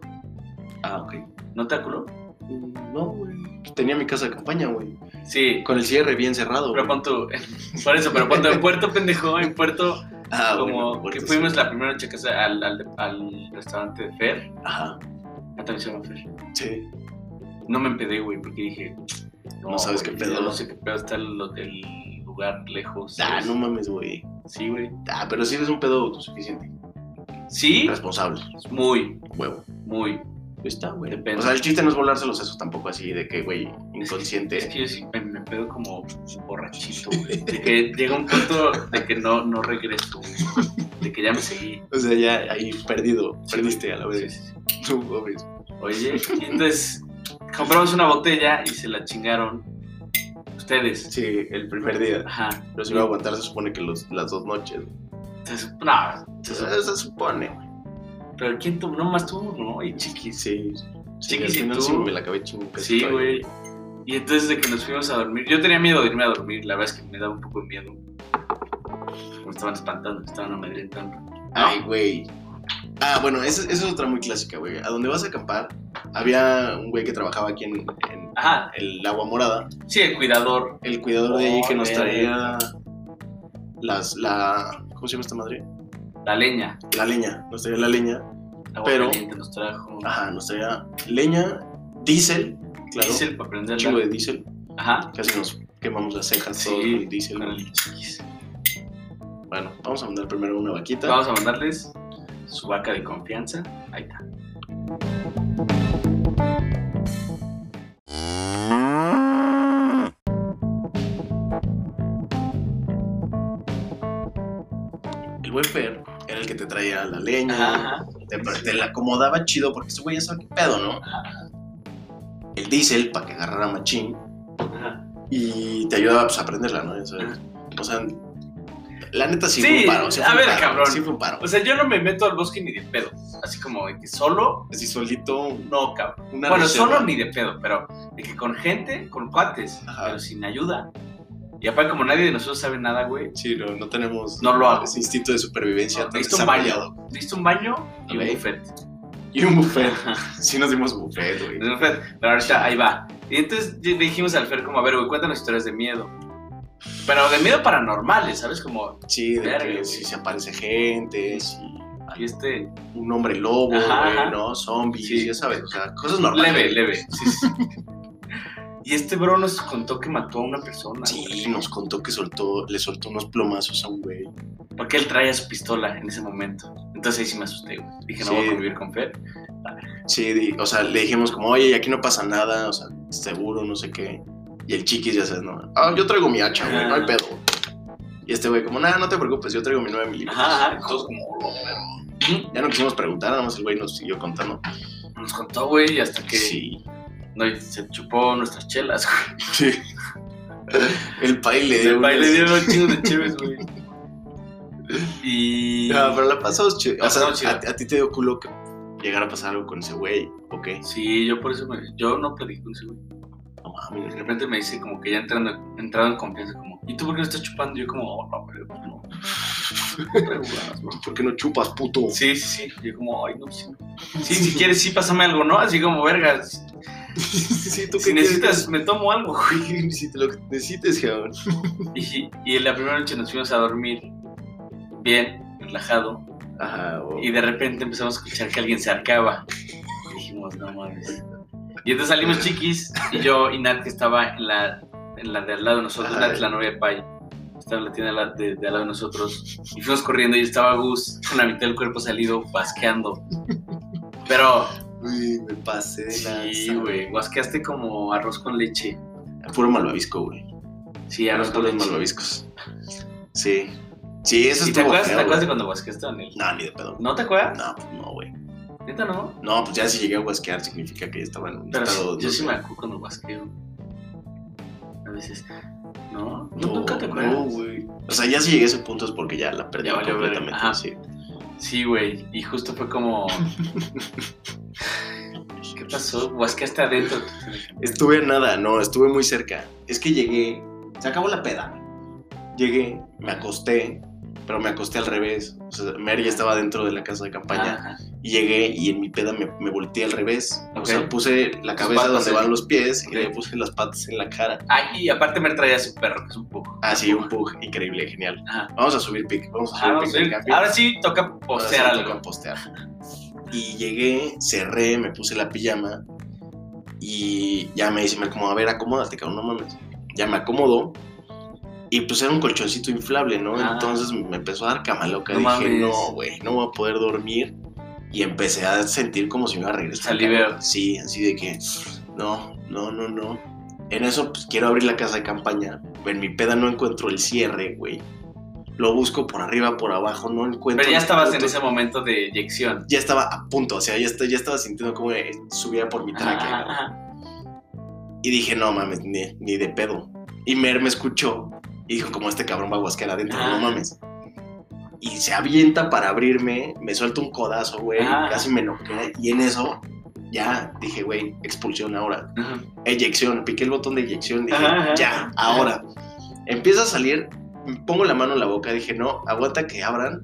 [SPEAKER 2] Ah, ok.
[SPEAKER 1] ¿No te da culo?
[SPEAKER 2] Mm, No, güey. pues, Tenía mi casa de campaña, güey.
[SPEAKER 1] Sí,
[SPEAKER 2] Con el cierre bien cerrado.
[SPEAKER 1] pero
[SPEAKER 2] güey.
[SPEAKER 1] pon tu... Por eso, pero cuando en Puerto, pendejo, en Puerto,
[SPEAKER 2] Ah,
[SPEAKER 1] como
[SPEAKER 2] bueno,
[SPEAKER 1] que
[SPEAKER 2] puertas.
[SPEAKER 1] fuimos la primera noche a casa al, al, al restaurante de Fer.
[SPEAKER 2] Ajá.
[SPEAKER 1] Ah, también se llama Fer.
[SPEAKER 2] Sí.
[SPEAKER 1] No me empedé, güey, porque dije...
[SPEAKER 2] No sabes qué
[SPEAKER 1] güey,
[SPEAKER 2] pedo,
[SPEAKER 1] yo
[SPEAKER 2] ¿no?
[SPEAKER 1] No sé qué pedo, está el, el lugar lejos.
[SPEAKER 2] Ah,
[SPEAKER 1] ¿sabes?
[SPEAKER 2] no mames, güey.
[SPEAKER 1] Sí, güey.
[SPEAKER 2] Ah, pero sí eres un pedo autosuficiente.
[SPEAKER 1] Sí,
[SPEAKER 2] Responsable.
[SPEAKER 1] muy,
[SPEAKER 2] Huevo.
[SPEAKER 1] muy.
[SPEAKER 2] Está, güey.
[SPEAKER 1] Depende.
[SPEAKER 2] O sea, el chiste no es volarse los sesos tampoco así de que, güey, inconsciente.
[SPEAKER 1] Es que yo sí me, me pedo como borrachito, güey. De que llega un punto de que no, no regreso, güey. De que ya me seguí.
[SPEAKER 2] O sea, ya ahí perdido. Perdiste a la
[SPEAKER 1] Sí,
[SPEAKER 2] vez.
[SPEAKER 1] sí, sí.
[SPEAKER 2] No mames.
[SPEAKER 1] Oye, y entonces compramos una botella y se la chingaron ustedes.
[SPEAKER 2] Sí, el primer día.
[SPEAKER 1] Ajá.
[SPEAKER 2] Pero si iba a aguantar, se supone que los, las dos noches.
[SPEAKER 1] Se sup- no, se
[SPEAKER 2] Se,
[SPEAKER 1] sup-
[SPEAKER 2] se supone, güey.
[SPEAKER 1] pero ¿quién tomó? No más tú, ¿no? Y chiquis.
[SPEAKER 2] Sí. Sí,
[SPEAKER 1] Chiquis,
[SPEAKER 2] al
[SPEAKER 1] ¿y
[SPEAKER 2] final
[SPEAKER 1] tú?
[SPEAKER 2] sí me la acabé chingando.
[SPEAKER 1] Sí, güey. Y entonces de que nos fuimos a dormir, yo tenía miedo de irme a dormir, la verdad es que me daba un poco de miedo. Me estaban espantando, me estaban amedrentando.
[SPEAKER 2] Ay, güey. Ah, bueno, esa, esa es otra muy clásica, güey. A donde vas a acampar, había un güey que trabajaba aquí en, en
[SPEAKER 1] Ajá,
[SPEAKER 2] el Agua Morada,
[SPEAKER 1] sí, el cuidador.
[SPEAKER 2] el cuidador de ahí que nos
[SPEAKER 1] Ole.
[SPEAKER 2] traía las, la... ¿Cómo se llama esta madre?
[SPEAKER 1] La leña.
[SPEAKER 2] La leña, nos traía la leña.
[SPEAKER 1] Agua
[SPEAKER 2] Pero-
[SPEAKER 1] caliente nos trajo.
[SPEAKER 2] Ajá, nos traía leña, diésel, claro, diésel,
[SPEAKER 1] Diesel para prender
[SPEAKER 2] chingo de diésel.
[SPEAKER 1] Ajá.
[SPEAKER 2] Casi nos quemamos las cejas
[SPEAKER 1] Sí,
[SPEAKER 2] todos con el
[SPEAKER 1] con
[SPEAKER 2] diésel.
[SPEAKER 1] el chiquis.
[SPEAKER 2] Bueno, vamos a mandar primero una vaquita.
[SPEAKER 1] Vamos a mandarles su vaca de confianza. Ahí está.
[SPEAKER 2] El buen Fer era el que te traía la leña,
[SPEAKER 1] Ajá.
[SPEAKER 2] te, te la acomodaba chido porque ese güey ya sabe qué pedo, ¿no? El diésel para que agarrara machín
[SPEAKER 1] Ajá.
[SPEAKER 2] y te ayudaba pues, a aprenderla, ¿no? O sea, o sea, la neta sí, fue
[SPEAKER 1] Sí,
[SPEAKER 2] un paro. sí
[SPEAKER 1] a
[SPEAKER 2] fue un
[SPEAKER 1] ver,
[SPEAKER 2] paro,
[SPEAKER 1] cabrón.
[SPEAKER 2] Sí fue un paro. Pues,
[SPEAKER 1] O sea, yo no me meto al bosque ni de pedo. Así como de que solo,
[SPEAKER 2] Así solito,
[SPEAKER 1] no, cabrón.
[SPEAKER 2] una
[SPEAKER 1] bueno,
[SPEAKER 2] reserva.
[SPEAKER 1] solo ni de pedo, pero de que con gente, con cuates,
[SPEAKER 2] Ajá.
[SPEAKER 1] pero sin ayuda. Y aparte, como nadie de nosotros sabe nada, güey,
[SPEAKER 2] Sí, no, no tenemos
[SPEAKER 1] no lo hago.
[SPEAKER 2] ese instinto de supervivencia
[SPEAKER 1] No,
[SPEAKER 2] tan
[SPEAKER 1] necesito un baño.
[SPEAKER 2] desarrollado.
[SPEAKER 1] Listo un baño y
[SPEAKER 2] Ok.
[SPEAKER 1] un buffet.
[SPEAKER 2] Y un buffet. Sí nos dimos buffet, güey.
[SPEAKER 1] Un buffet, Pero ahorita ahí va. Y entonces le dijimos al Fer como, a ver, güey, cuéntanos historias de miedo. Pero de miedo paranormales, ¿sabes? Como,
[SPEAKER 2] Sí, de
[SPEAKER 1] Verga, güey.
[SPEAKER 2] que si se aparece gente, si
[SPEAKER 1] y este...
[SPEAKER 2] un hombre lobo,
[SPEAKER 1] Ajá,
[SPEAKER 2] güey,
[SPEAKER 1] ajá.
[SPEAKER 2] ¿no? Zombies,
[SPEAKER 1] Sí.
[SPEAKER 2] ya sabes, o sea, cosas normales.
[SPEAKER 1] Leve, leve. sí, sí. y este bro nos contó que mató a una persona.
[SPEAKER 2] Sí,
[SPEAKER 1] güey.
[SPEAKER 2] nos contó que soltó, le soltó unos plomazos a un güey.
[SPEAKER 1] Porque él traía su pistola en ese momento. Entonces ahí sí me asusté, güey. Dije, no
[SPEAKER 2] Sí.
[SPEAKER 1] voy a convivir con Fer.
[SPEAKER 2] Sí, di- o sea, le dijimos como, oye, y aquí no pasa nada, o sea, seguro, no sé qué. Y el chiquis ya sabes, no, ah, yo traigo mi hacha, güey, no hay
[SPEAKER 1] Ah.
[SPEAKER 2] pedo. Y este güey como, nada, no te preocupes, yo traigo mi 9 milímetros.
[SPEAKER 1] Ajá, ajá. Todos como...
[SPEAKER 2] Ya no quisimos preguntar, nada más el güey nos siguió contando.
[SPEAKER 1] Nos contó, güey, y hasta que
[SPEAKER 2] Sí,
[SPEAKER 1] no, se chupó nuestras chelas, güey.
[SPEAKER 2] sí. El paile le dio
[SPEAKER 1] El baile
[SPEAKER 2] unas-
[SPEAKER 1] dio un chingo de chéves, güey. Y...
[SPEAKER 2] No, pero la pasamos chido.
[SPEAKER 1] La
[SPEAKER 2] O sea,
[SPEAKER 1] pasamos chido.
[SPEAKER 2] a, a ti te dio culo que llegara a pasar algo con ese güey, ¿o qué?
[SPEAKER 1] Sí, yo por eso me... Yo no pedí con ese güey.
[SPEAKER 2] No
[SPEAKER 1] De
[SPEAKER 2] mames.
[SPEAKER 1] repente me dice como que ya entrando, entrado en confianza, como, ¿y tú por qué no estás chupando? Y yo como, oh, no, pero no. Pero, bueno,
[SPEAKER 2] pues, ¿Por qué no chupas, puto?
[SPEAKER 1] Sí, sí, sí. Yo como, ay, no, sí. Sí, si quieres, sí, pásame algo, ¿no? Así como, verga, si
[SPEAKER 2] sí, tú
[SPEAKER 1] si
[SPEAKER 2] qué quieres?
[SPEAKER 1] necesitas, me tomo algo.
[SPEAKER 2] Güey, Si te lo que necesites, cabrón.
[SPEAKER 1] Y, y en la primera noche nos fuimos a dormir bien, relajado,
[SPEAKER 2] Ajá, o-
[SPEAKER 1] y de repente empezamos a escuchar que alguien se arcaba. Y dijimos, no mames. Y entonces salimos chiquis, y yo y Nat, que estaba en la, en la de al lado de nosotros,
[SPEAKER 2] Ajá.
[SPEAKER 1] Nat es la novia de Pai, estaba en la tienda al- de, de al lado de nosotros, y fuimos corriendo, y estaba Gus con la mitad del cuerpo salido, basqueando. Pero
[SPEAKER 2] Uy, me pasé de
[SPEAKER 1] Sí,
[SPEAKER 2] lanza.
[SPEAKER 1] güey, guasqueaste como arroz con leche.
[SPEAKER 2] Puro malvavisco, güey.
[SPEAKER 1] Sí,
[SPEAKER 2] Ya
[SPEAKER 1] arroz
[SPEAKER 2] los
[SPEAKER 1] con
[SPEAKER 2] puros
[SPEAKER 1] leche.
[SPEAKER 2] malvaviscos. Sí. Sí, eso
[SPEAKER 1] ¿Y
[SPEAKER 2] es
[SPEAKER 1] te acuerdas, te acuerdas de cuando guasqueaste, Daniel?
[SPEAKER 2] No, ni de pedo.
[SPEAKER 1] ¿No te acuerdas?
[SPEAKER 2] No, pues no, güey.
[SPEAKER 1] ¿Neta no?
[SPEAKER 2] No, pues ya si llegué a huasquear significa que ya estaba en un
[SPEAKER 1] Pero sí,
[SPEAKER 2] estado...
[SPEAKER 1] yo
[SPEAKER 2] no
[SPEAKER 1] sí
[SPEAKER 2] sé.
[SPEAKER 1] me acuerdo cuando guasqueo. A veces. ¿No? ¿No
[SPEAKER 2] No,
[SPEAKER 1] ¿Nunca te
[SPEAKER 2] no,
[SPEAKER 1] acuerdas?
[SPEAKER 2] güey. O sea, ya si llegué a ese punto es porque ya la perdí
[SPEAKER 1] Ya valió verga.
[SPEAKER 2] completamente.
[SPEAKER 1] Ajá.
[SPEAKER 2] sí.
[SPEAKER 1] Sí, güey, y justo fue como... ¿Qué pasó? Guasqueaste adentro.
[SPEAKER 2] Estuve a nada, no, estuve muy cerca. Es que llegué, se acabó la peda. Llegué, me acosté, pero me acosté al revés. O sea, Mary estaba dentro de la casa de campaña.
[SPEAKER 1] Ajá.
[SPEAKER 2] Y llegué y en mi peda me, me volteé al revés. O
[SPEAKER 1] Ok.
[SPEAKER 2] sea, puse la
[SPEAKER 1] Tus
[SPEAKER 2] cabeza
[SPEAKER 1] patas
[SPEAKER 2] donde
[SPEAKER 1] en-
[SPEAKER 2] van los pies
[SPEAKER 1] Ok.
[SPEAKER 2] y le puse las patas en la cara.
[SPEAKER 1] Ah, y aparte me traía su perro, que es un poco.
[SPEAKER 2] Ah, sí, un pug increíble, genial.
[SPEAKER 1] Ajá.
[SPEAKER 2] Vamos a subir pic, vamos a
[SPEAKER 1] Ah,
[SPEAKER 2] subir
[SPEAKER 1] vamos
[SPEAKER 2] pic
[SPEAKER 1] a
[SPEAKER 2] del
[SPEAKER 1] ver.
[SPEAKER 2] camping.
[SPEAKER 1] Ahora sí toca
[SPEAKER 2] Ahora sí
[SPEAKER 1] postear
[SPEAKER 2] me
[SPEAKER 1] algo.
[SPEAKER 2] toca postear. Y llegué, cerré, me puse la pijama y ya me dice, me como, a ver, acomódate, cabrón, no mames. Ya me acomodó y pues era un colchoncito inflable, ¿no?
[SPEAKER 1] Ah.
[SPEAKER 2] Entonces me empezó a dar cama loca.
[SPEAKER 1] No
[SPEAKER 2] Dije,
[SPEAKER 1] mames.
[SPEAKER 2] no, güey, no voy a poder dormir. Y empecé a sentir como si me iba a regresar.
[SPEAKER 1] Saliveo.
[SPEAKER 2] cabrón. Sí, así de que, no, no, no, no. En eso, pues quiero abrir la casa de campaña. En mi peda no encuentro el cierre, güey. Lo busco por arriba, por abajo, no encuentro.
[SPEAKER 1] Pero ya
[SPEAKER 2] el
[SPEAKER 1] estabas en
[SPEAKER 2] puto
[SPEAKER 1] ese momento de eyección.
[SPEAKER 2] ya estaba a punto, o sea, ya, está- ya estaba sintiendo como eh, subía por mi tráquea.
[SPEAKER 1] Ajá,
[SPEAKER 2] cabrón.
[SPEAKER 1] ajá.
[SPEAKER 2] Y dije, no mames, ni, ni de pedo. Y Mer me escuchó y dijo, como este cabrón va a guasquear adentro,
[SPEAKER 1] Ah.
[SPEAKER 2] no mames. Y se avienta para abrirme, me suelta un codazo, güey,
[SPEAKER 1] Ah.
[SPEAKER 2] casi me noquea. Y en eso, ya dije, güey, expulsión ahora.
[SPEAKER 1] Ajá.
[SPEAKER 2] Eyección, piqué el botón de eyección, dije,
[SPEAKER 1] Ajá, ajá.
[SPEAKER 2] ya, ahora. Empieza a salir, pongo la mano en la boca, dije, no, aguanta que abran.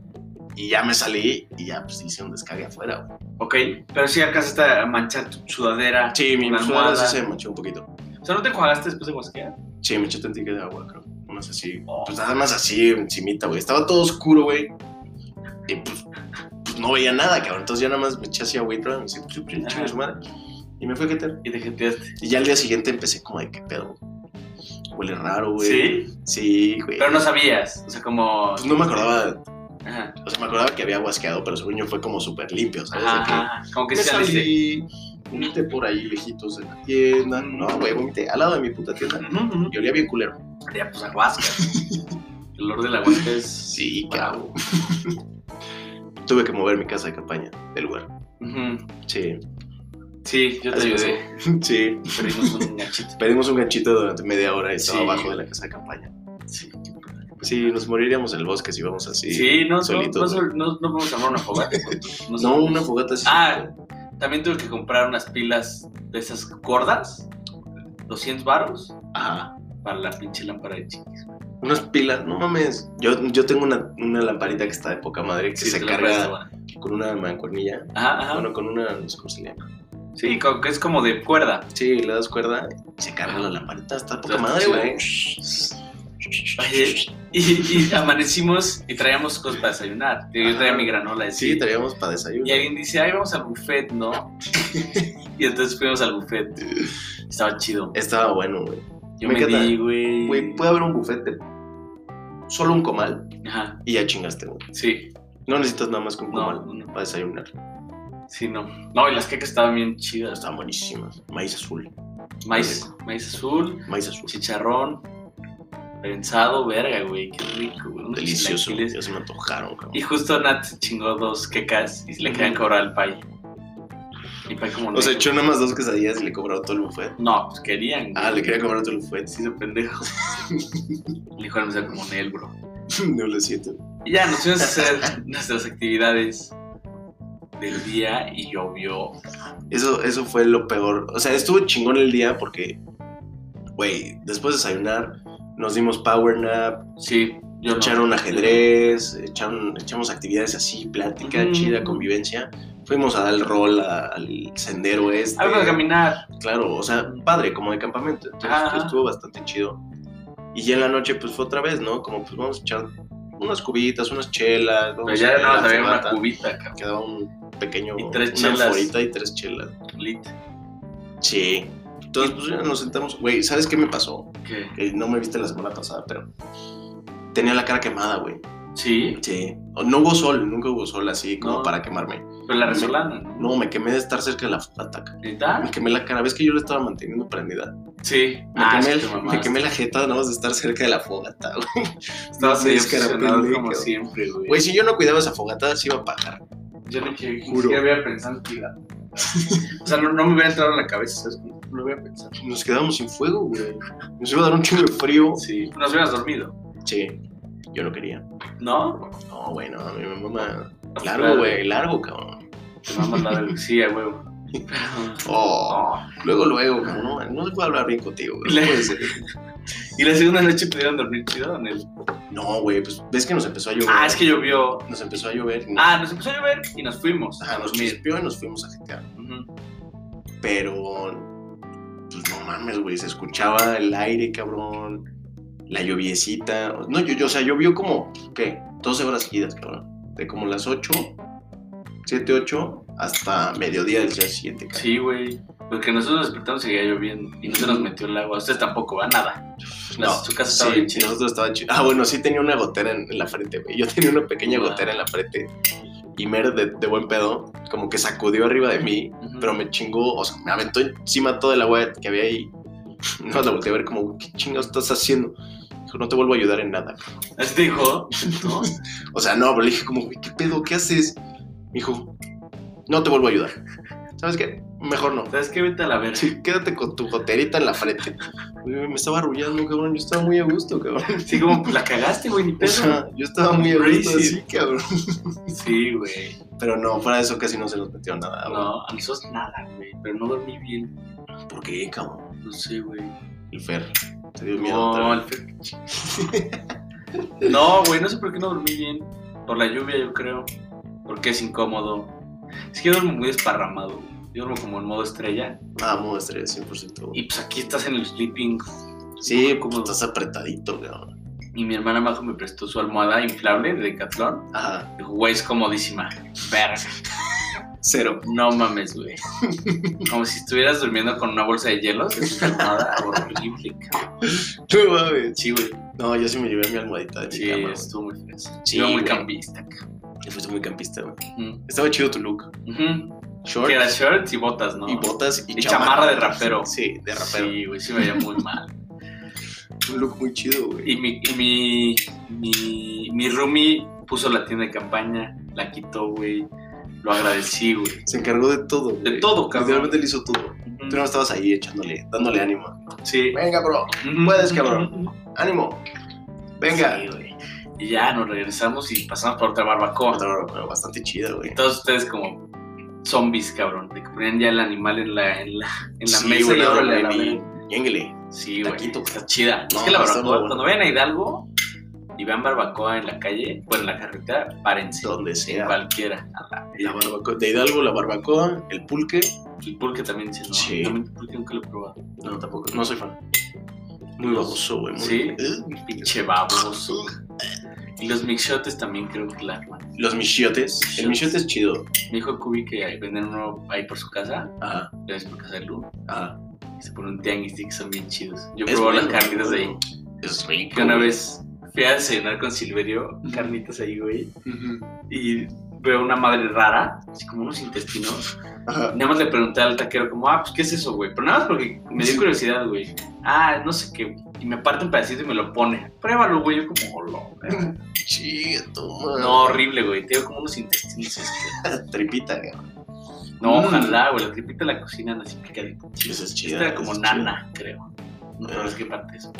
[SPEAKER 2] Y ya me salí y ya, pues hice un descargue afuera, güey.
[SPEAKER 1] Ok, pero si alcanzaste a manchar tu sudadera.
[SPEAKER 2] Sí, mi
[SPEAKER 1] Una
[SPEAKER 2] almohada
[SPEAKER 1] almohada.
[SPEAKER 2] sí se manchó un poquito.
[SPEAKER 1] O sea, ¿no te enjuagaste después de guasquear?
[SPEAKER 2] Sí, me echó tantica de agua, creo. No sé si.
[SPEAKER 1] Oh.
[SPEAKER 2] Pues nada más así, encimita, güey. Estaba todo oscuro, güey. Y pues, pues no veía nada, cabrón. Entonces ya nada más me eché así agüita, me "Pues, hice chup, chup, chup,
[SPEAKER 1] Ajá.
[SPEAKER 2] su madre. Y me fui a quitar.
[SPEAKER 1] Y te jeteaste.
[SPEAKER 2] Y ya al día siguiente empecé como de qué pedo. Huele raro, güey.
[SPEAKER 1] ¿Sí?
[SPEAKER 2] Sí, güey.
[SPEAKER 1] Pero no sabías. O sea, como...
[SPEAKER 2] Pues no me acordaba
[SPEAKER 1] Ajá.
[SPEAKER 2] O sea, me acordaba que había guasqueado, pero según yo fue como súper limpio, ¿sabes? De que,
[SPEAKER 1] Ajá. Como que
[SPEAKER 2] me
[SPEAKER 1] se dice.
[SPEAKER 2] salí, vomité por ahí lejitos de la tienda. No, güey, vomité al lado de mi puta tienda. Y olía bien culero.
[SPEAKER 1] Ya, pues aguasca. El olor de la aguasca es.
[SPEAKER 2] Sí, cabrón. Tuve que mover mi casa de campaña del lugar.
[SPEAKER 1] Ujú.
[SPEAKER 2] Sí,
[SPEAKER 1] Sí, yo te
[SPEAKER 2] Así
[SPEAKER 1] ayudé.
[SPEAKER 2] sí.
[SPEAKER 1] Perdimos un ganchito.
[SPEAKER 2] Pedimos un ganchito durante media hora y estaba
[SPEAKER 1] Sí.
[SPEAKER 2] abajo de la casa de campaña.
[SPEAKER 1] Sí.
[SPEAKER 2] Sí, nos moriríamos en el bosque si íbamos así.
[SPEAKER 1] Sí, no, no, no,
[SPEAKER 2] solitos,
[SPEAKER 1] sol- no, no podemos armar una fogata. No,
[SPEAKER 2] No,
[SPEAKER 1] sabemos.
[SPEAKER 2] una fogata así.
[SPEAKER 1] Ah, también tuve que comprar unas pilas de esas gordas, 200 baros,
[SPEAKER 2] Ajá.
[SPEAKER 1] para la pinche lámpara de chiquis.
[SPEAKER 2] Unas pilas, no mames. Yo, yo tengo una, una lamparita que está de poca madre que se
[SPEAKER 1] te la Ah.
[SPEAKER 2] carga
[SPEAKER 1] prestaba.
[SPEAKER 2] con una mancuernilla.
[SPEAKER 1] Ajá, ajá.
[SPEAKER 2] Bueno, con una, no sé cómo se llama.
[SPEAKER 1] sí, como que es como de cuerda.
[SPEAKER 2] Sí, le das cuerda, se carga la lamparita, está poca
[SPEAKER 1] Está
[SPEAKER 2] madre,
[SPEAKER 1] chido.
[SPEAKER 2] güey.
[SPEAKER 1] Oye, Y, y amanecimos y traíamos cosas para desayunar. Yo traía
[SPEAKER 2] Ajá.
[SPEAKER 1] mi granola de
[SPEAKER 2] Sí, traíamos para
[SPEAKER 1] Y
[SPEAKER 2] desayuno.
[SPEAKER 1] alguien dice, ay, vamos al buffet, ¿no? y entonces fuimos al buffet. Estaba chido.
[SPEAKER 2] Estaba bueno, güey.
[SPEAKER 1] Yo
[SPEAKER 2] Me
[SPEAKER 1] me,
[SPEAKER 2] encanta.
[SPEAKER 1] di, güey.
[SPEAKER 2] Güey, puede haber un buffet de solo un comal
[SPEAKER 1] Ajá,
[SPEAKER 2] y ya chingaste, güey.
[SPEAKER 1] sí.
[SPEAKER 2] No necesitas nada más que un
[SPEAKER 1] No,
[SPEAKER 2] comal
[SPEAKER 1] no,
[SPEAKER 2] para desayunar.
[SPEAKER 1] sí, no. No, y las quecas estaban bien chidas.
[SPEAKER 2] Estaban buenísimas. Maíz azul,
[SPEAKER 1] Maíz, maíz azul,
[SPEAKER 2] maíz azul.
[SPEAKER 1] chicharrón, prensado, verga, güey. Qué rico, güey. Unos
[SPEAKER 2] Delicioso.
[SPEAKER 1] chilaquiles.
[SPEAKER 2] Ya se me antojaron, cabrón.
[SPEAKER 1] Y justo Nat se chingó dos quecas y le querían cobrar al pay. Y pay como
[SPEAKER 2] O
[SPEAKER 1] negro.
[SPEAKER 2] sea, echó nada más dos quesadillas y le cobraron todo el buffet.
[SPEAKER 1] No, pues querían.
[SPEAKER 2] Ah, le
[SPEAKER 1] güey.
[SPEAKER 2] quería cobrar todo el buffet.
[SPEAKER 1] Sí, ese pendejo. Le dijo al mesero como Nel, bro.
[SPEAKER 2] no lo siento.
[SPEAKER 1] Y ya nos fuimos a hacer nuestras actividades del día y llovió.
[SPEAKER 2] Eso, eso fue lo peor. O sea, estuvo chingón el día porque, güey, después de desayunar, nos dimos power nap,
[SPEAKER 1] Sí, yo no.
[SPEAKER 2] echaron ajedrez, echaron, echamos actividades así, plática
[SPEAKER 1] Ujú.
[SPEAKER 2] chida, convivencia. Fuimos a dar el rol a- al sendero este.
[SPEAKER 1] Algo de caminar.
[SPEAKER 2] Claro, o sea, padre, como de campamento. Entonces, pues,
[SPEAKER 1] Ajá.
[SPEAKER 2] estuvo bastante chido. Y ya en la noche, pues fue otra vez, ¿no? Como, pues vamos a echar unas cubitas, unas chelas.
[SPEAKER 1] Pero
[SPEAKER 2] vamos
[SPEAKER 1] ya
[SPEAKER 2] a
[SPEAKER 1] nada más
[SPEAKER 2] la
[SPEAKER 1] había una
[SPEAKER 2] fogata.
[SPEAKER 1] cubita, cabrón.
[SPEAKER 2] Quedaba un pequeño.
[SPEAKER 1] Y tres
[SPEAKER 2] una
[SPEAKER 1] chelas.
[SPEAKER 2] alforita y tres chelas.
[SPEAKER 1] Lit.
[SPEAKER 2] Sí. Entonces, pues ya nos sentamos. Güey, ¿sabes qué me pasó?
[SPEAKER 1] ¿Qué?
[SPEAKER 2] Que no me viste la semana pasada, pero tenía la cara quemada, güey.
[SPEAKER 1] Sí,
[SPEAKER 2] Sí. O- No hubo sol, nunca hubo sol así como
[SPEAKER 1] No.
[SPEAKER 2] para quemarme.
[SPEAKER 1] pero la resolana, ¿no?
[SPEAKER 2] No, me quemé de estar cerca de la fogata. cabrón.
[SPEAKER 1] ¿Neta?
[SPEAKER 2] Me quemé la cara. ¿Ves que yo la estaba manteniendo prendida?
[SPEAKER 1] Ah, Sí.
[SPEAKER 2] Me, quemé,
[SPEAKER 1] es que te
[SPEAKER 2] me
[SPEAKER 1] mamaste.
[SPEAKER 2] quemé la jeta nada más de estar cerca de la fogata, güey.
[SPEAKER 1] Estabas
[SPEAKER 2] me
[SPEAKER 1] medio
[SPEAKER 2] descarapelé,
[SPEAKER 1] obsesionado como
[SPEAKER 2] cabrón.
[SPEAKER 1] siempre, güey.
[SPEAKER 2] Güey, si yo no cuidaba esa fogata, se iba a pagar.
[SPEAKER 1] Yo no que
[SPEAKER 2] Juro.
[SPEAKER 1] juro. había pensado en cuidar. O sea, no, no me hubiera entrado en la cabeza, ¿sabes? No lo había pensado.
[SPEAKER 2] Nos quedamos sin fuego, güey. Nos iba a dar un chingo de frío.
[SPEAKER 1] Sí. Nos hubieras dormido,
[SPEAKER 2] Sí. Yo no quería.
[SPEAKER 1] ¿no?
[SPEAKER 2] No, güey, no. A mí me mama. Largo, güey. Largo, cabrón.
[SPEAKER 1] Te va a mandar el sí, a huevo.
[SPEAKER 2] Oh, luego, luego, cabrón, no, no se puede hablar bien contigo, güey. No, puede ser.
[SPEAKER 1] ¿Y la segunda noche pudieron dormir chido en el...?
[SPEAKER 2] No, güey, pues ves que nos empezó a llover.
[SPEAKER 1] Ah, es que llovió.
[SPEAKER 2] Nos empezó a llover. y nos-
[SPEAKER 1] Ah, nos empezó a llover y Ah, nos fuimos.
[SPEAKER 2] Ajá, nos
[SPEAKER 1] dormir.
[SPEAKER 2] chispió y nos fuimos a jetear.
[SPEAKER 1] Ujú.
[SPEAKER 2] Pero, pues no mames, güey, se escuchaba el aire, cabrón. La lluviecita. No, yo, yo, o sea, llovió como, ¿qué? 12 horas seguidas, cabrón. De como las 8, 7, 8, hasta mediodía del día siguiente, cabrón.
[SPEAKER 1] Sí, güey. Porque nosotros nos despertamos y seguía lloviendo. Y no se nos metió el agua. Ustedes tampoco, va nada. Las, pues, su casa estaba
[SPEAKER 2] sí,
[SPEAKER 1] bien chida.
[SPEAKER 2] nosotros estaba chido. Ah, bueno, sí tenía una gotera en, en la frente, güey. Yo tenía una pequeña
[SPEAKER 1] Wow.
[SPEAKER 2] gotera en la frente. Y Mer, de, de buen pedo, como que sacudió arriba de mí,
[SPEAKER 1] Ujú.
[SPEAKER 2] pero me chingó, o sea, me aventó encima todo el agua que había ahí. No, la volteé a ver como, ¿qué chingados estás haciendo? Dijo, no te vuelvo a ayudar en nada.
[SPEAKER 1] Así te dijo, ¿no?
[SPEAKER 2] O sea, no, pero le dije como, güey, ¿qué pedo? ¿Qué haces? Me dijo, no te vuelvo a ayudar. ¿Sabes qué? Mejor no.
[SPEAKER 1] ¿Sabes qué? Vete a la verga.
[SPEAKER 2] Sí, quédate con tu goterita en la frente. Güey, Me estaba arrullando, cabrón. Yo estaba muy a gusto, cabrón.
[SPEAKER 1] Sí, como, pues la cagaste, güey, ni
[SPEAKER 2] O
[SPEAKER 1] pedo.
[SPEAKER 2] sea, yo estaba muy a gusto
[SPEAKER 1] Crazy.
[SPEAKER 2] así, cabrón.
[SPEAKER 1] Sí, güey.
[SPEAKER 2] Pero no, fuera de eso casi no se nos metió
[SPEAKER 1] Ah,
[SPEAKER 2] nada, güey.
[SPEAKER 1] No, a nosotros nada, güey. Pero no dormí bien.
[SPEAKER 2] ¿Por qué, cabrón?
[SPEAKER 1] No sé, güey.
[SPEAKER 2] El Fer. Te dio miedo.
[SPEAKER 1] No,
[SPEAKER 2] otra
[SPEAKER 1] el fe- No, güey, no sé por qué no dormí bien. Por la lluvia, yo creo. Porque es incómodo. Es que yo duermo muy desparramado. güey. Yo duermo como en modo estrella.
[SPEAKER 2] vez. Ah, muy estrés, 100%. güey.
[SPEAKER 1] Y pues aquí estás en el sleeping.
[SPEAKER 2] Sí,
[SPEAKER 1] muy
[SPEAKER 2] como
[SPEAKER 1] cómodo.
[SPEAKER 2] pues, estás apretadito, cabrón.
[SPEAKER 1] Y mi hermana abajo me prestó su almohada inflable de Decathlon.
[SPEAKER 2] Ajá,
[SPEAKER 1] Dijo, güey, es comodísima. Verga.
[SPEAKER 2] cero.
[SPEAKER 1] No mames, güey. Como si estuvieras durmiendo con una bolsa de hielos. Es una almohada horrible. cabrón.
[SPEAKER 2] No mames.
[SPEAKER 1] Sí, güey.
[SPEAKER 2] No, yo sí me llevé mi almohadita de mi
[SPEAKER 1] Sí,
[SPEAKER 2] cama.
[SPEAKER 1] estuvo muy fresa.
[SPEAKER 2] Sí,
[SPEAKER 1] Iba muy
[SPEAKER 2] güey.
[SPEAKER 1] campista. cabrón.
[SPEAKER 2] güey. Yo fuiste muy campista, güey.
[SPEAKER 1] Ujú.
[SPEAKER 2] Estaba chido tu look.
[SPEAKER 1] Ujú.
[SPEAKER 2] Shorts
[SPEAKER 1] Que era shorts y botas, ¿no?
[SPEAKER 2] y botas y,
[SPEAKER 1] Y chamarra de rapero.
[SPEAKER 2] Sí, de rapero.
[SPEAKER 1] Sí, güey, sí me veía muy mal.
[SPEAKER 2] Un look muy chido, güey.
[SPEAKER 1] Y mi, y mi, mi, mi roomie puso la tienda de campaña, la quitó, güey. Lo agradecí, güey.
[SPEAKER 2] Se encargó de todo,
[SPEAKER 1] De
[SPEAKER 2] güey.
[SPEAKER 1] todo, cabrón. Mm.
[SPEAKER 2] Literalmente le hizo todo. Tú no estabas ahí echándole, dándole ánimo.
[SPEAKER 1] Sí.
[SPEAKER 2] Venga, bro. puedes, cabrón. Ánimo. Venga.
[SPEAKER 1] Sí, güey. Y ya nos regresamos y pasamos por otra barbacoa.
[SPEAKER 2] Otra hora, pero bastante chida, güey.
[SPEAKER 1] Y todos ustedes como zombies, cabrón. De que ponían ya el animal en la, en la, en la
[SPEAKER 2] Sí,
[SPEAKER 1] mesa
[SPEAKER 2] güey,
[SPEAKER 1] y ahora le
[SPEAKER 2] órale,
[SPEAKER 1] la-
[SPEAKER 2] mi- Ñénguele.
[SPEAKER 1] Sí, güey.
[SPEAKER 2] Taquito.
[SPEAKER 1] Está chida.
[SPEAKER 2] No,
[SPEAKER 1] es que la
[SPEAKER 2] está muy
[SPEAKER 1] barbacoa,
[SPEAKER 2] bueno.
[SPEAKER 1] cuando vayan a Hidalgo y vean barbacoa en la calle, bueno, en la carretera, párense.
[SPEAKER 2] Donde sea. Ah,
[SPEAKER 1] Cualquiera.
[SPEAKER 2] La barbacoa. De Hidalgo, la barbacoa, el pulque.
[SPEAKER 1] El pulque también se ¿no?
[SPEAKER 2] Sí.
[SPEAKER 1] También el pulque nunca lo he probado.
[SPEAKER 2] No, tampoco. No soy fan. Muy baboso, güey. muy-
[SPEAKER 1] Sí.
[SPEAKER 2] Eh,
[SPEAKER 1] Pinche baboso. Y los mixotes también creo que la arman.
[SPEAKER 2] Los michiotes. El michiote es chido.
[SPEAKER 1] Me dijo Kubi que ahí venden uno ahí por su casa,
[SPEAKER 2] Ajá.
[SPEAKER 1] le ves por casa de Lu,
[SPEAKER 2] Ajá.
[SPEAKER 1] y se ponen un tianguis y que son bien chidos. Yo
[SPEAKER 2] Es
[SPEAKER 1] probé las
[SPEAKER 2] bueno,
[SPEAKER 1] carnitas de ahí.
[SPEAKER 2] bueno. Es rico.
[SPEAKER 1] Que una
[SPEAKER 2] güey.
[SPEAKER 1] vez fui a desayunar con Silverio, carnitas ahí, güey,
[SPEAKER 2] Ujú.
[SPEAKER 1] y veo una madre rara, así como unos intestinos.
[SPEAKER 2] Ajá.
[SPEAKER 1] Nada más le pregunté al taquero como, ah, pues, ¿qué es eso, güey? Pero nada más porque me dio curiosidad, güey. Ah, no sé qué. Y me parte un pedacito y me lo pone. Pruébalo, güey. Yo como, hola.
[SPEAKER 2] Chido,
[SPEAKER 1] No, horrible, güey. Tengo como unos intestinos. este.
[SPEAKER 2] Tripita, güey.
[SPEAKER 1] No,
[SPEAKER 2] Mm.
[SPEAKER 1] ojalá, güey. La tripita la cocinan así picadita.
[SPEAKER 2] Sí, esa es chida.
[SPEAKER 1] Esta era como
[SPEAKER 2] esa es
[SPEAKER 1] nana, creo. No sé es que parte eso.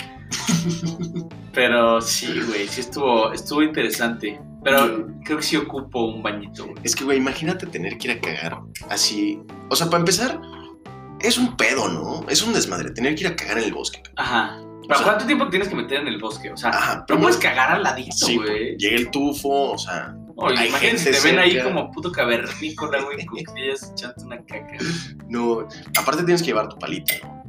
[SPEAKER 1] Pero sí, güey. Sí estuvo, estuvo interesante. Pero creo que sí ocupo un bañito, güey.
[SPEAKER 2] chida. Es que, güey, imagínate tener que ir a cagar así. O sea, para empezar, es un pedo, ¿no? Es un desmadre tener que ir a cagar en el bosque.
[SPEAKER 1] Ajá.
[SPEAKER 2] O
[SPEAKER 1] ¿Pero
[SPEAKER 2] sea-
[SPEAKER 1] cuánto tiempo tienes que meter en el bosque? O sea,
[SPEAKER 2] Ajá,
[SPEAKER 1] no
[SPEAKER 2] pero
[SPEAKER 1] puedes cagar al ladito,
[SPEAKER 2] Sí,
[SPEAKER 1] güey.
[SPEAKER 2] llega el tufo, o sea,
[SPEAKER 1] Oye,
[SPEAKER 2] Hay
[SPEAKER 1] imagínate,
[SPEAKER 2] gente
[SPEAKER 1] te ven ahí
[SPEAKER 2] cerca.
[SPEAKER 1] como puto cavernícola, güey, con cuclillas echando una caca.
[SPEAKER 2] no. Aparte tienes que llevar tu palita, ¿no?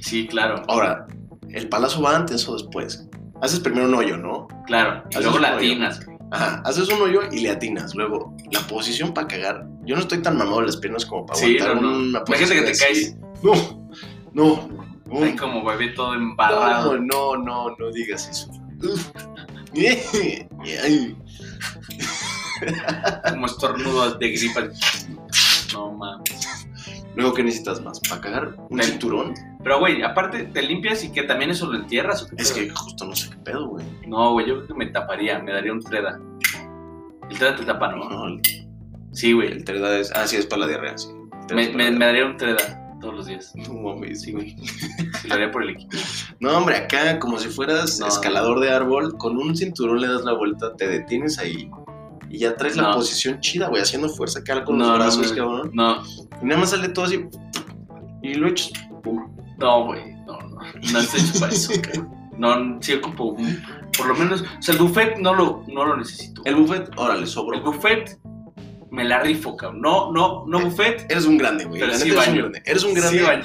[SPEAKER 1] Sí, claro,
[SPEAKER 2] Ahora, ¿el palazo va antes o después? Haces primero un hoyo, ¿no?
[SPEAKER 1] claro. Y
[SPEAKER 2] Así
[SPEAKER 1] luego
[SPEAKER 2] es como
[SPEAKER 1] latinas.
[SPEAKER 2] Ajá, haces un hoyo y le atinas. Luego, la posición para cagar. Yo no estoy tan mamado de las piernas como para
[SPEAKER 1] Sí, no,
[SPEAKER 2] aguantar
[SPEAKER 1] no.
[SPEAKER 2] una
[SPEAKER 1] Imagínate que te
[SPEAKER 2] posición
[SPEAKER 1] caes
[SPEAKER 2] así. No, no, no.
[SPEAKER 1] ahí como bebé todo
[SPEAKER 2] No,
[SPEAKER 1] embarrado.
[SPEAKER 2] no, no, no digas eso. Uf. Ay,
[SPEAKER 1] Como estornudo de gripa. No mames.
[SPEAKER 2] Luego, ¿qué necesitas más? ¿Para cagar? ¿Un
[SPEAKER 1] Ven.
[SPEAKER 2] cinturón?
[SPEAKER 1] Pero, güey, aparte te limpias y que también eso lo entierras. ¿o qué
[SPEAKER 2] Es
[SPEAKER 1] pedo?
[SPEAKER 2] que justo no sé qué pedo, güey.
[SPEAKER 1] No, güey, yo creo que me taparía, me daría un treda. El treda te tapa, ¿no?
[SPEAKER 2] No, el,
[SPEAKER 1] Sí, güey.
[SPEAKER 2] el Treda es. Ah, sí, es para la diarrea, sí. El Treda
[SPEAKER 1] Me,
[SPEAKER 2] es para
[SPEAKER 1] me-
[SPEAKER 2] la
[SPEAKER 1] me daría un treda todos los días.
[SPEAKER 2] diarrea. No, mames, sí, güey.
[SPEAKER 1] Sí, lo haría por el equipo.
[SPEAKER 2] No, hombre, acá como si fueras
[SPEAKER 1] No.
[SPEAKER 2] escalador de árbol, con un cinturón le das la vuelta, te detienes ahí y ya traes la
[SPEAKER 1] No.
[SPEAKER 2] posición chida, güey, haciendo fuerza acá con
[SPEAKER 1] No,
[SPEAKER 2] los
[SPEAKER 1] no,
[SPEAKER 2] brazos,
[SPEAKER 1] no.
[SPEAKER 2] cabrón.
[SPEAKER 1] No,
[SPEAKER 2] Y nada más sale todo así y lo echas. Pum.
[SPEAKER 1] No, güey, no, no, no estoy hecho para eso, cabrón. No, sí ocupo un- por lo menos, o sea, el buffet no lo, no lo necesito.
[SPEAKER 2] El buffet, órale,
[SPEAKER 1] El
[SPEAKER 2] sobró.
[SPEAKER 1] buffet me la rifo, cabrón. No, no,
[SPEAKER 2] Eh,
[SPEAKER 1] no buffet.
[SPEAKER 2] Eres un grande, güey.
[SPEAKER 1] Pero
[SPEAKER 2] La
[SPEAKER 1] sí
[SPEAKER 2] neta, eres un
[SPEAKER 1] baño.
[SPEAKER 2] grande. Eres un
[SPEAKER 1] sí,
[SPEAKER 2] grande.
[SPEAKER 1] baño.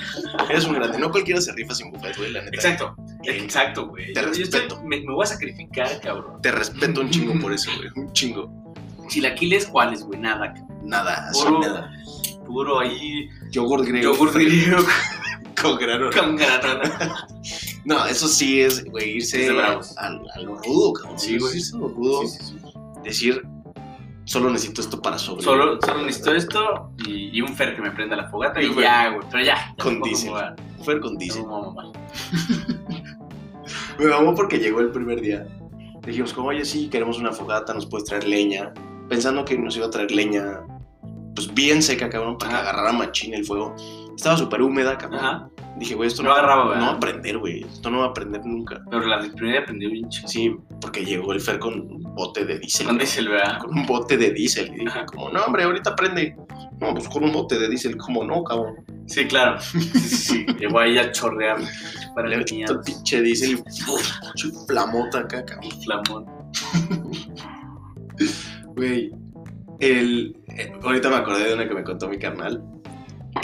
[SPEAKER 2] Eres un grande. No cualquiera se rifa sin buffet, güey, la neta.
[SPEAKER 1] Exacto,
[SPEAKER 2] Eh,
[SPEAKER 1] exacto, güey.
[SPEAKER 2] Te
[SPEAKER 1] Yo- yo estoy-
[SPEAKER 2] respeto.
[SPEAKER 1] me, me voy a sacrificar, cabrón.
[SPEAKER 2] Te respeto un chingo por eso, güey. Un chingo.
[SPEAKER 1] Chilaquiles, ¿cuáles, güey? Nada, cabrón.
[SPEAKER 2] Nada, así
[SPEAKER 1] Puro-
[SPEAKER 2] nada.
[SPEAKER 1] Puro ahí,
[SPEAKER 2] Yogurt griego.
[SPEAKER 1] yogur griego
[SPEAKER 2] con granola.
[SPEAKER 1] con granada.
[SPEAKER 2] No, eso sí es, güey,
[SPEAKER 1] Es
[SPEAKER 2] irse
[SPEAKER 1] de
[SPEAKER 2] a,
[SPEAKER 1] bravos.
[SPEAKER 2] a- a lo rudo, cabrón.
[SPEAKER 1] Sí, güey.
[SPEAKER 2] Irse a lo rudo.
[SPEAKER 1] Sí, sí, sí.
[SPEAKER 2] Decir, solo necesito esto para sobre.
[SPEAKER 1] Solo, solo necesito esto y, y un fer que me prenda la fogata
[SPEAKER 2] Y
[SPEAKER 1] y
[SPEAKER 2] un fer.
[SPEAKER 1] ya, güey. Pero ya. ya
[SPEAKER 2] Con
[SPEAKER 1] tampoco me
[SPEAKER 2] diésel.
[SPEAKER 1] voy a-
[SPEAKER 2] Fer con
[SPEAKER 1] no
[SPEAKER 2] diésel.
[SPEAKER 1] me voy a mamar.
[SPEAKER 2] Me mamó porque llegó el primer día. Dijimos, como, oye, sí, queremos una fogata, nos puedes traer leña. Pensando que nos iba a traer leña, pues bien seca, cabrón, para que
[SPEAKER 1] Ajá.
[SPEAKER 2] agarrara machín el fuego. Estaba súper húmeda, cabrón.
[SPEAKER 1] Ajá.
[SPEAKER 2] Dije, güey, esto
[SPEAKER 1] No agarraba, ¿verdad?
[SPEAKER 2] no va a aprender, güey. Esto no va a aprender nunca.
[SPEAKER 1] Pero la primera aprendí bien chido.
[SPEAKER 2] Sí, porque llegó el Fer con un bote de diésel.
[SPEAKER 1] Con
[SPEAKER 2] güey.
[SPEAKER 1] diésel, ¿verdad?
[SPEAKER 2] Con un bote de diésel. Y dije, como, no, hombre, ahorita aprende. No, pues con un bote de diésel, como no, cabrón.
[SPEAKER 1] Sí, claro. Sí, sí, sí. Llegó ahí a chorrear. Para
[SPEAKER 2] Le
[SPEAKER 1] la
[SPEAKER 2] metí el pinche diésel y flamota acá, cabrón.
[SPEAKER 1] flamón.
[SPEAKER 2] Güey, el, eh, ahorita me acordé de una que me contó mi carnal.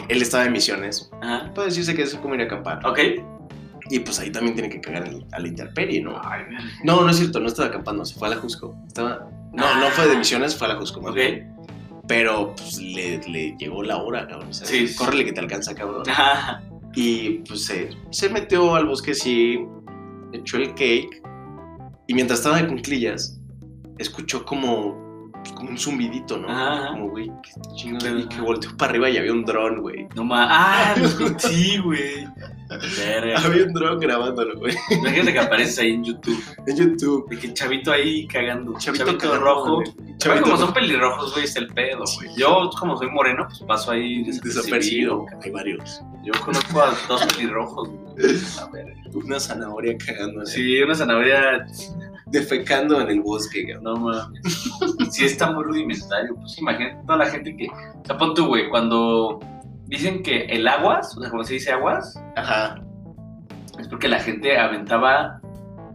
[SPEAKER 2] Él estaba en misiones.
[SPEAKER 1] Ajá.
[SPEAKER 2] Puede decirse que es como ir a acampar.
[SPEAKER 1] Ok.
[SPEAKER 2] Y pues ahí también tiene que cagar al- a la interperie, ¿no?
[SPEAKER 1] Ay, verga.
[SPEAKER 2] No, no es cierto, no estaba acampando, se fue a la Jusco. Estaba... No, no fue de misiones, fue a la Jusco. más
[SPEAKER 1] Ok.
[SPEAKER 2] bien. Pero pues le, le llegó la hora, cabrón. ¿sabes?
[SPEAKER 1] Sí, sí.
[SPEAKER 2] Córrele que te alcanza, cabrón.
[SPEAKER 1] Ajá.
[SPEAKER 2] Y pues se, se metió al bosque así, echó el cake Y mientras estaba de cunclillas, escuchó como, pues, como un zumbidito, ¿no?
[SPEAKER 1] Ajá, ajá.
[SPEAKER 2] Como, güey, qué chingada. Y que volteó para arriba y había un dron, güey.
[SPEAKER 1] No más. Ah, lo escuché, güey. Verga.
[SPEAKER 2] Había un dron grabándolo, güey.
[SPEAKER 1] Imagínate que apareces ahí en YouTube.
[SPEAKER 2] En YouTube.
[SPEAKER 1] De que chavito ahí cagando. Chavito,
[SPEAKER 2] cagando,
[SPEAKER 1] rojo.
[SPEAKER 2] güey.
[SPEAKER 1] Chavito
[SPEAKER 2] Chavito
[SPEAKER 1] como son
[SPEAKER 2] rojo.
[SPEAKER 1] pelirrojos, güey, es el pedo,
[SPEAKER 2] Sí.
[SPEAKER 1] güey. Yo, como soy moreno, pues paso ahí
[SPEAKER 2] Desapercibido.
[SPEAKER 1] desapercibido.
[SPEAKER 2] Hay varios.
[SPEAKER 1] Yo conozco a dos pelirrojos, güey. A ver.
[SPEAKER 2] Una zanahoria cagando. Sí.
[SPEAKER 1] Sí, una zanahoria.
[SPEAKER 2] Defecando en el bosque, güey.
[SPEAKER 1] No mames. Sí, está muy rudimentario. Pues imagínate toda la gente que. O sea, pon tú, güey, cuando dicen que el aguas, o sea, como se dice aguas,
[SPEAKER 2] Ajá.
[SPEAKER 1] es porque la gente aventaba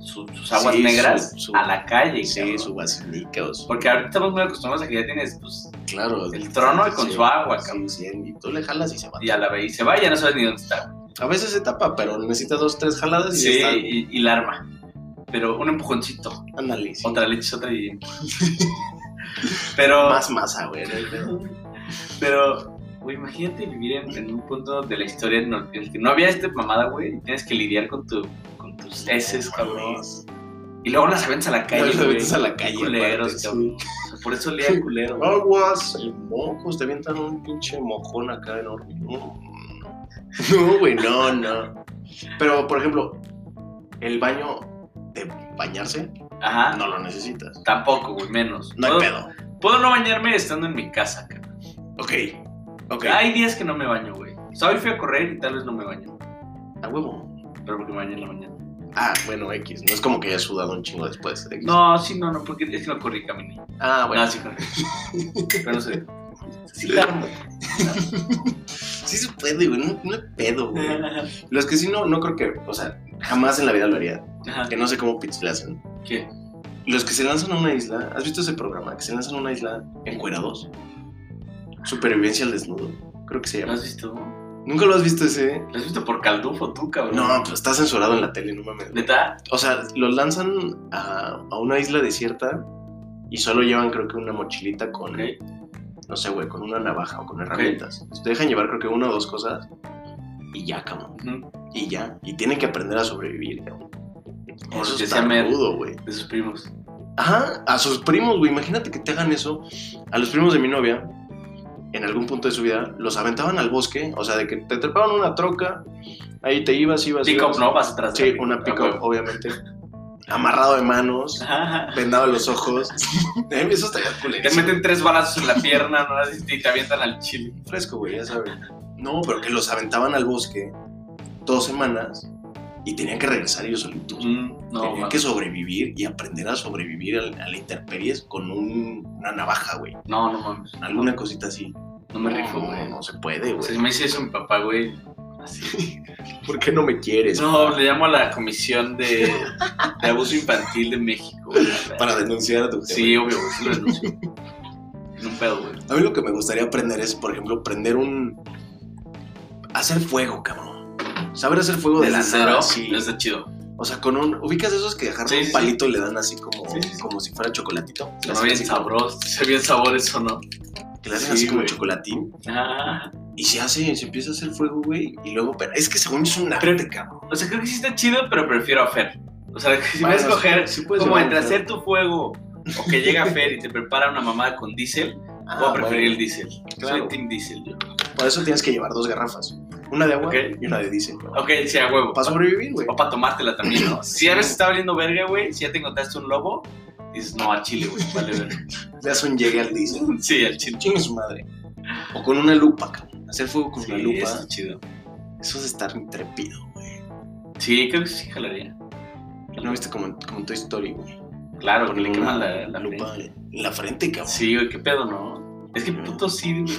[SPEAKER 1] su- sus aguas
[SPEAKER 2] Sí, su-
[SPEAKER 1] negras
[SPEAKER 2] su-
[SPEAKER 1] a la calle,
[SPEAKER 2] Sí,
[SPEAKER 1] cabrón.
[SPEAKER 2] su vacinica, o su-
[SPEAKER 1] Porque ahorita estamos muy acostumbrados a que ya tienes, pues,
[SPEAKER 2] Claro.
[SPEAKER 1] El trono y con su agua,
[SPEAKER 2] cabrón. y tú le jalas y se va.
[SPEAKER 1] y a la vez y se va, ya no sabes ni dónde está.
[SPEAKER 2] A veces se tapa, pero necesitas dos, tres jaladas y
[SPEAKER 1] Sí,
[SPEAKER 2] ya está.
[SPEAKER 1] y, y la arma. Pero un empujoncito,
[SPEAKER 2] Ándale. sí.
[SPEAKER 1] otra leche, otra y. pero,
[SPEAKER 2] Más masa, güey.
[SPEAKER 1] pero, güey, imagínate vivir en, en un punto de la historia en el en el que no había este mamada, güey, y tienes que lidiar con, tu, con tus heces, cabrón. Y luego las aventas a la
[SPEAKER 2] Calle,
[SPEAKER 1] calle,
[SPEAKER 2] te
[SPEAKER 1] güey.
[SPEAKER 2] metes a la calle,
[SPEAKER 1] Culeros,
[SPEAKER 2] aparte,
[SPEAKER 1] cabrón.
[SPEAKER 2] sí.
[SPEAKER 1] O sea, Por eso olía a culero. güey.
[SPEAKER 2] Aguas, el mojos, te avientan un pinche mojón acá enorme. No, No, güey, no, no. Pero, por ejemplo, el baño de bañarse,
[SPEAKER 1] Ajá.
[SPEAKER 2] no lo necesitas.
[SPEAKER 1] Tampoco, güey, menos.
[SPEAKER 2] No hay
[SPEAKER 1] Puedo-
[SPEAKER 2] pedo.
[SPEAKER 1] Puedo no bañarme estando en mi casa, cabrón.
[SPEAKER 2] Ok, ok.
[SPEAKER 1] Hay días que no me baño, güey. O sea, hoy fui a correr y tal vez no me baño.
[SPEAKER 2] A huevo.
[SPEAKER 1] Pero porque me bañé en la mañana.
[SPEAKER 2] Ah, bueno, X. No es como que hayas sudado un chingo después. X.
[SPEAKER 1] No, sí, no, no, porque es que no corrí, caminé.
[SPEAKER 2] Ah, bueno.
[SPEAKER 1] No, sí corrí. Pero no sé. Sí, claro.
[SPEAKER 2] Sí se puede, güey. No, no hay pedo, güey. Los que sí no, no creo que, o sea, jamás en la vida lo haría.
[SPEAKER 1] Ajá.
[SPEAKER 2] Que no sé cómo pits le hacen.
[SPEAKER 1] ¿Qué?
[SPEAKER 2] Los que se lanzan a una isla, ¿has visto ese programa? Que se lanzan a una isla encuerados. Supervivencia al desnudo, creo que se
[SPEAKER 1] ¿Lo
[SPEAKER 2] llama.
[SPEAKER 1] has visto? ¿Lo
[SPEAKER 2] ¿Nunca lo has visto ese?
[SPEAKER 1] has visto por caldufo tú, cabrón?
[SPEAKER 2] No, pues está censurado en la tele, no mames.
[SPEAKER 1] ¿Neta?
[SPEAKER 2] O sea, los lanzan a, a una isla desierta y solo llevan, creo que, una mochilita con,
[SPEAKER 1] Ok.
[SPEAKER 2] no sé, güey, con una navaja o con herramientas. Te dejan llevar, creo que, una o dos cosas y ya, cabrón.
[SPEAKER 1] Ujú.
[SPEAKER 2] Y ya. Y tienen que aprender a sobrevivir, cabrón.
[SPEAKER 1] Como
[SPEAKER 2] Eso
[SPEAKER 1] lo que
[SPEAKER 2] está
[SPEAKER 1] hacía Mer
[SPEAKER 2] rudo, güey.
[SPEAKER 1] de sus primos.
[SPEAKER 2] Ajá, a sus primos, güey. Imagínate que te hagan eso. A los primos de mi novia, en algún punto de su vida, los aventaban al bosque. O sea, de que te trepaban una troca, ahí te ibas, ibas.
[SPEAKER 1] Pick up,
[SPEAKER 2] ibas.
[SPEAKER 1] ¿no? Vas atrás. de
[SPEAKER 2] Pues Sí,
[SPEAKER 1] la-
[SPEAKER 2] una pick
[SPEAKER 1] Ah,
[SPEAKER 2] up,
[SPEAKER 1] huevo.
[SPEAKER 2] obviamente. Amarrado de manos,
[SPEAKER 1] Ajá.
[SPEAKER 2] vendado los ojos. eso estaría
[SPEAKER 1] Te
[SPEAKER 2] culerísimo.
[SPEAKER 1] meten tres balazos en la pierna, ¿no? Así, Y te avientan al chile.
[SPEAKER 2] fresco, güey, ya sabes. No, pero que los aventaban al bosque dos semanas y tenían que regresar ellos solitos.
[SPEAKER 1] Mm, No,
[SPEAKER 2] tenían
[SPEAKER 1] mames.
[SPEAKER 2] que sobrevivir y aprender a sobrevivir al- a la intemperie con un- una navaja, güey.
[SPEAKER 1] No, no mames.
[SPEAKER 2] Alguna cosita así.
[SPEAKER 1] No me rifo, güey.
[SPEAKER 2] No, no se puede,
[SPEAKER 1] O sea,
[SPEAKER 2] güey.
[SPEAKER 1] si me dice eso mi papá, güey. Así.
[SPEAKER 2] ¿Por qué no me quieres?
[SPEAKER 1] No, le llamo a la Comisión de, de Abuso Infantil de México. güey.
[SPEAKER 2] Para denunciar a tu jefe.
[SPEAKER 1] Sí, obvio, güey, sí lo denuncio. En un pedo, güey.
[SPEAKER 2] A mí lo que me gustaría aprender es, por ejemplo, prender un... Hacer fuego, cabrón. Saber hacer fuego de
[SPEAKER 1] Desde
[SPEAKER 2] la
[SPEAKER 1] cero,
[SPEAKER 2] nada. Pues, Sí.
[SPEAKER 1] no está chido.
[SPEAKER 2] O sea, con un... ¿Ubicas esos que dejaron
[SPEAKER 1] Sí, sí,
[SPEAKER 2] un palito y le dan así como,
[SPEAKER 1] Sí, sí, sí.
[SPEAKER 2] como si fuera chocolatito?
[SPEAKER 1] Se
[SPEAKER 2] Le
[SPEAKER 1] ve
[SPEAKER 2] hacen
[SPEAKER 1] bien
[SPEAKER 2] así como-
[SPEAKER 1] sabroso, se ve bien sabor eso, ¿no?
[SPEAKER 2] Que le hacen
[SPEAKER 1] Sí,
[SPEAKER 2] así como
[SPEAKER 1] güey.
[SPEAKER 2] chocolatín.
[SPEAKER 1] Ah,
[SPEAKER 2] Y se hace, se empieza a hacer fuego, güey. Y luego... pero es que según yo es un
[SPEAKER 1] Creo-
[SPEAKER 2] arte, cabrón.
[SPEAKER 1] o sea, creo que sí está chido, pero prefiero a Fer. O sea, que si
[SPEAKER 2] Bueno,
[SPEAKER 1] vas a escoger
[SPEAKER 2] sí puedes
[SPEAKER 1] como
[SPEAKER 2] llevar
[SPEAKER 1] entre
[SPEAKER 2] un Fer.
[SPEAKER 1] hacer tu fuego o que llega Fer y te prepara una mamada con diésel,
[SPEAKER 2] Ah,
[SPEAKER 1] voy a preferir
[SPEAKER 2] bueno.
[SPEAKER 1] el diésel.
[SPEAKER 2] Claro.
[SPEAKER 1] Soy Team Diésel yo.
[SPEAKER 2] Por eso tienes que llevar dos garrafas. Una de agua
[SPEAKER 1] Ok.
[SPEAKER 2] y una de diésel. güey.
[SPEAKER 1] Ok, sí, a huevo.
[SPEAKER 2] Para sobrevivir, güey.
[SPEAKER 1] O para tomártela también, ¿no? Si ya ves está valiendo verga, güey, si ya te encontraste un lobo, dices, no, al chile, güey, vale verga.
[SPEAKER 2] Le hace un llegue al diésel.
[SPEAKER 1] Sí, al chile.
[SPEAKER 2] Chingue su madre. O con una lupa, cabrón. Hacer fuego con
[SPEAKER 1] Sí,
[SPEAKER 2] una lupa.
[SPEAKER 1] está chido.
[SPEAKER 2] Eso es estar intrépido.
[SPEAKER 1] Sí, creo que sí jalaría.
[SPEAKER 2] ¿No viste como, como en Toy Story, güey?
[SPEAKER 1] Claro, que
[SPEAKER 2] Ponerle
[SPEAKER 1] le
[SPEAKER 2] una
[SPEAKER 1] queman la, la
[SPEAKER 2] lupa
[SPEAKER 1] frente.
[SPEAKER 2] en la frente, cabrón.
[SPEAKER 1] Sí, güey, qué pedo, ¿no? Es que puto sí, güey.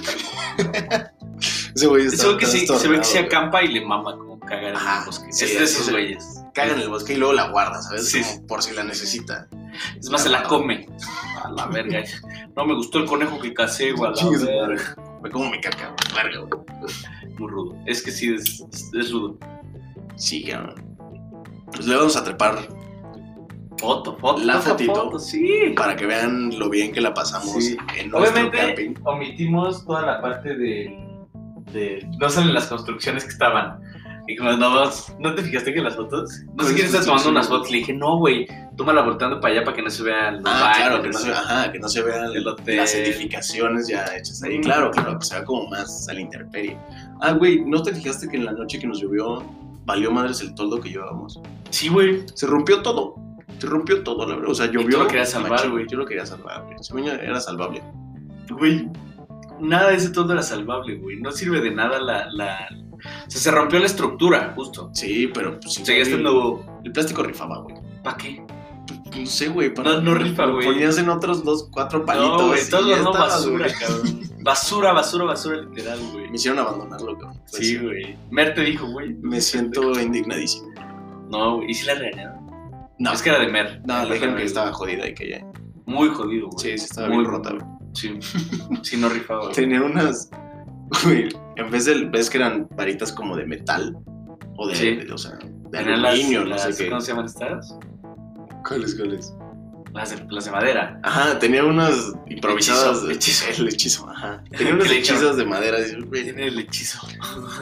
[SPEAKER 2] Ese güey está-
[SPEAKER 1] Se ve que sí, se ve que
[SPEAKER 2] está estornado,
[SPEAKER 1] se
[SPEAKER 2] güey.
[SPEAKER 1] acampa y le mama como cagar en
[SPEAKER 2] Ajá,
[SPEAKER 1] el bosque.
[SPEAKER 2] sí,
[SPEAKER 1] es de
[SPEAKER 2] así
[SPEAKER 1] esos
[SPEAKER 2] se-
[SPEAKER 1] güeyes.
[SPEAKER 2] Caga en el bosque y luego la guarda, ¿sabes?
[SPEAKER 1] Sí,
[SPEAKER 2] Como
[SPEAKER 1] sí.
[SPEAKER 2] por si la necesita.
[SPEAKER 1] Es más, se la come. A la verga. No me gustó el conejo que casé, güey. a la
[SPEAKER 2] Chingue su
[SPEAKER 1] verga.
[SPEAKER 2] madre. Güey, ¿Cómo me caca? güey? Verga, güey.
[SPEAKER 1] Muy rudo. Es que sí, es, es- es rudo.
[SPEAKER 2] Sí, cabrón. Pues le vamos a trepar
[SPEAKER 1] Foto, foto.
[SPEAKER 2] La
[SPEAKER 1] foto,
[SPEAKER 2] fotito.
[SPEAKER 1] foto, Sí.
[SPEAKER 2] para que vean lo bien que la pasamos
[SPEAKER 1] Sí.
[SPEAKER 2] en nuestro
[SPEAKER 1] Obviamente
[SPEAKER 2] camping.
[SPEAKER 1] omitimos toda la parte de, de- No salen las construcciones que estaban. Y como, no, ¿no te fijaste que las fotos? No
[SPEAKER 2] Con
[SPEAKER 1] sé quién está
[SPEAKER 2] sus-
[SPEAKER 1] tomando
[SPEAKER 2] sus-
[SPEAKER 1] unas fotos. Le dije, no, güey, tómala volteando para allá para que no se vean los
[SPEAKER 2] Ah,
[SPEAKER 1] baños,
[SPEAKER 2] claro, que no,
[SPEAKER 1] no
[SPEAKER 2] se, ajá, que no se vean
[SPEAKER 1] El hotel.
[SPEAKER 2] las edificaciones ya hechas ahí.
[SPEAKER 1] Mm.
[SPEAKER 2] Claro, claro, que se vea como más al interperio. Ah, güey, ¿no te fijaste que en la noche que nos llovió valió madres el toldo que llevábamos?
[SPEAKER 1] Sí, güey.
[SPEAKER 2] Se rompió todo. Se rompió todo, la verdad. O sea, llovió.
[SPEAKER 1] tú lo querías salvar,
[SPEAKER 2] machín.
[SPEAKER 1] güey.
[SPEAKER 2] Yo lo quería salvar, güey. Según yo, era salvable.
[SPEAKER 1] Güey, nada de ese todo era salvable, güey. No sirve de nada la... la... O sea, se rompió la estructura, justo.
[SPEAKER 2] Sí, pero pues sí.
[SPEAKER 1] Seguías
[SPEAKER 2] güey,
[SPEAKER 1] teniendo...
[SPEAKER 2] El plástico rifaba, güey.
[SPEAKER 1] ¿Para qué?
[SPEAKER 2] No sé, güey.
[SPEAKER 1] No- no rifa,
[SPEAKER 2] lo
[SPEAKER 1] güey.
[SPEAKER 2] Ponías en otros dos, cuatro palitos.
[SPEAKER 1] no, güey,
[SPEAKER 2] y
[SPEAKER 1] todos
[SPEAKER 2] ya
[SPEAKER 1] los no
[SPEAKER 2] estabas,
[SPEAKER 1] basura,
[SPEAKER 2] güey.
[SPEAKER 1] cabrón. Basura, basura, basura, literal, güey.
[SPEAKER 2] Me hicieron abandonarlo, cabrón. Pues,
[SPEAKER 1] Sí, güey. Mer te dijo, güey.
[SPEAKER 2] Me siento indignadísimo.
[SPEAKER 1] No, güey. ¿Y si la regañaron?
[SPEAKER 2] No,
[SPEAKER 1] Es que era de Mer.
[SPEAKER 2] no, le dijeron que
[SPEAKER 1] Mer,
[SPEAKER 2] estaba jodida y que ya.
[SPEAKER 1] Muy jodido, güey.
[SPEAKER 2] Sí, sí, estaba
[SPEAKER 1] Muy
[SPEAKER 2] bien rota, güey.
[SPEAKER 1] Sí. Sí, no rifaba, güey.
[SPEAKER 2] Tenía unas. Güey, en vez de. ¿Ves que eran varitas como de metal? O de.
[SPEAKER 1] Sí.
[SPEAKER 2] de- o sea, de
[SPEAKER 1] Tenían las-
[SPEAKER 2] aluminio,
[SPEAKER 1] las-
[SPEAKER 2] no sé qué.
[SPEAKER 1] ¿Cómo se llaman estas?
[SPEAKER 2] ¿Cuáles, cuáles?
[SPEAKER 1] Las de, las de madera.
[SPEAKER 2] Ajá, tenía unas improvisadas.
[SPEAKER 1] Hechizo,
[SPEAKER 2] de-
[SPEAKER 1] hechizo.
[SPEAKER 2] El hechizo, ajá. Tenía unas
[SPEAKER 1] Que le echaron.
[SPEAKER 2] hechizas de madera. dices, güey,
[SPEAKER 1] Tiene el hechizo.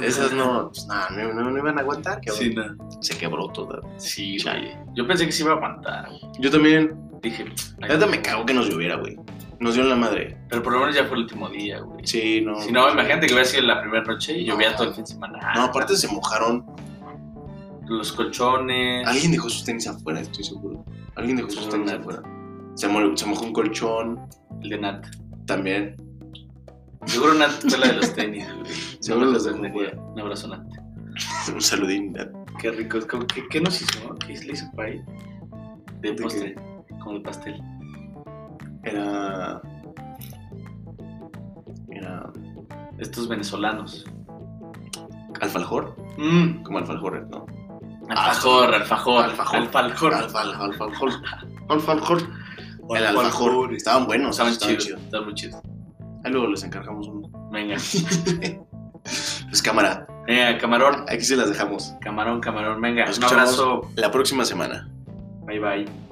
[SPEAKER 2] Esas no, pues nada, no, no, no iban a aguantar, cabrón.
[SPEAKER 1] Sí, no.
[SPEAKER 2] Se quebró toda.
[SPEAKER 1] Sí,
[SPEAKER 2] Chale.
[SPEAKER 1] güey. Yo pensé que se iba a aguantar.
[SPEAKER 2] Yo también,
[SPEAKER 1] Dije,
[SPEAKER 2] la
[SPEAKER 1] ay,
[SPEAKER 2] neta me cago que nos lloviera, güey. Nos dieron la madre.
[SPEAKER 1] pero por lo menos ya fue el último día, güey.
[SPEAKER 2] Sí, no.
[SPEAKER 1] Si no, pues, imagínate que hubiera sido la primera noche y
[SPEAKER 2] No.
[SPEAKER 1] llovía todo el fin de semana.
[SPEAKER 2] No, aparte se mojaron.
[SPEAKER 1] Los colchones.
[SPEAKER 2] Alguien dejó sus tenis afuera, estoy seguro. Alguien dejó sus tenis
[SPEAKER 1] Mm.
[SPEAKER 2] afuera. Se, mo- se mojó un colchón
[SPEAKER 1] El de Nat.
[SPEAKER 2] también.
[SPEAKER 1] Seguro Nat fue la de los tenis, güey.
[SPEAKER 2] Seguro los dejó
[SPEAKER 1] sorprendería.
[SPEAKER 2] fuera.
[SPEAKER 1] Un abrazo, Nat.
[SPEAKER 2] Un saludín.
[SPEAKER 1] Qué rico. Es como, ¿qué, qué nos hizo? ¿Qué le hizo para ahí? De
[SPEAKER 2] qué?
[SPEAKER 1] postre. Como el pastel.
[SPEAKER 2] Era. Era.
[SPEAKER 1] Estos venezolanos.
[SPEAKER 2] Alfajor.
[SPEAKER 1] Mmm.
[SPEAKER 2] Como alfajor, ¿no?
[SPEAKER 1] Alfajor, alfajor,
[SPEAKER 2] Alfajor.
[SPEAKER 1] Ah, alfajor. Alfajor.
[SPEAKER 2] Alfajor. Alfajor. Alfajor. El alfajor. Estaban buenos.
[SPEAKER 1] Estaban
[SPEAKER 2] estaban
[SPEAKER 1] chidos, estaban muy chidos.
[SPEAKER 2] Ahí luego les encargamos uno.
[SPEAKER 1] Venga.
[SPEAKER 2] Pues cámara,
[SPEAKER 1] Venga, camarón.
[SPEAKER 2] aquí se las dejamos.
[SPEAKER 1] Camarón, camarón, venga.
[SPEAKER 2] Nos
[SPEAKER 1] Un abrazo.
[SPEAKER 2] La próxima semana.
[SPEAKER 1] Bye, bye.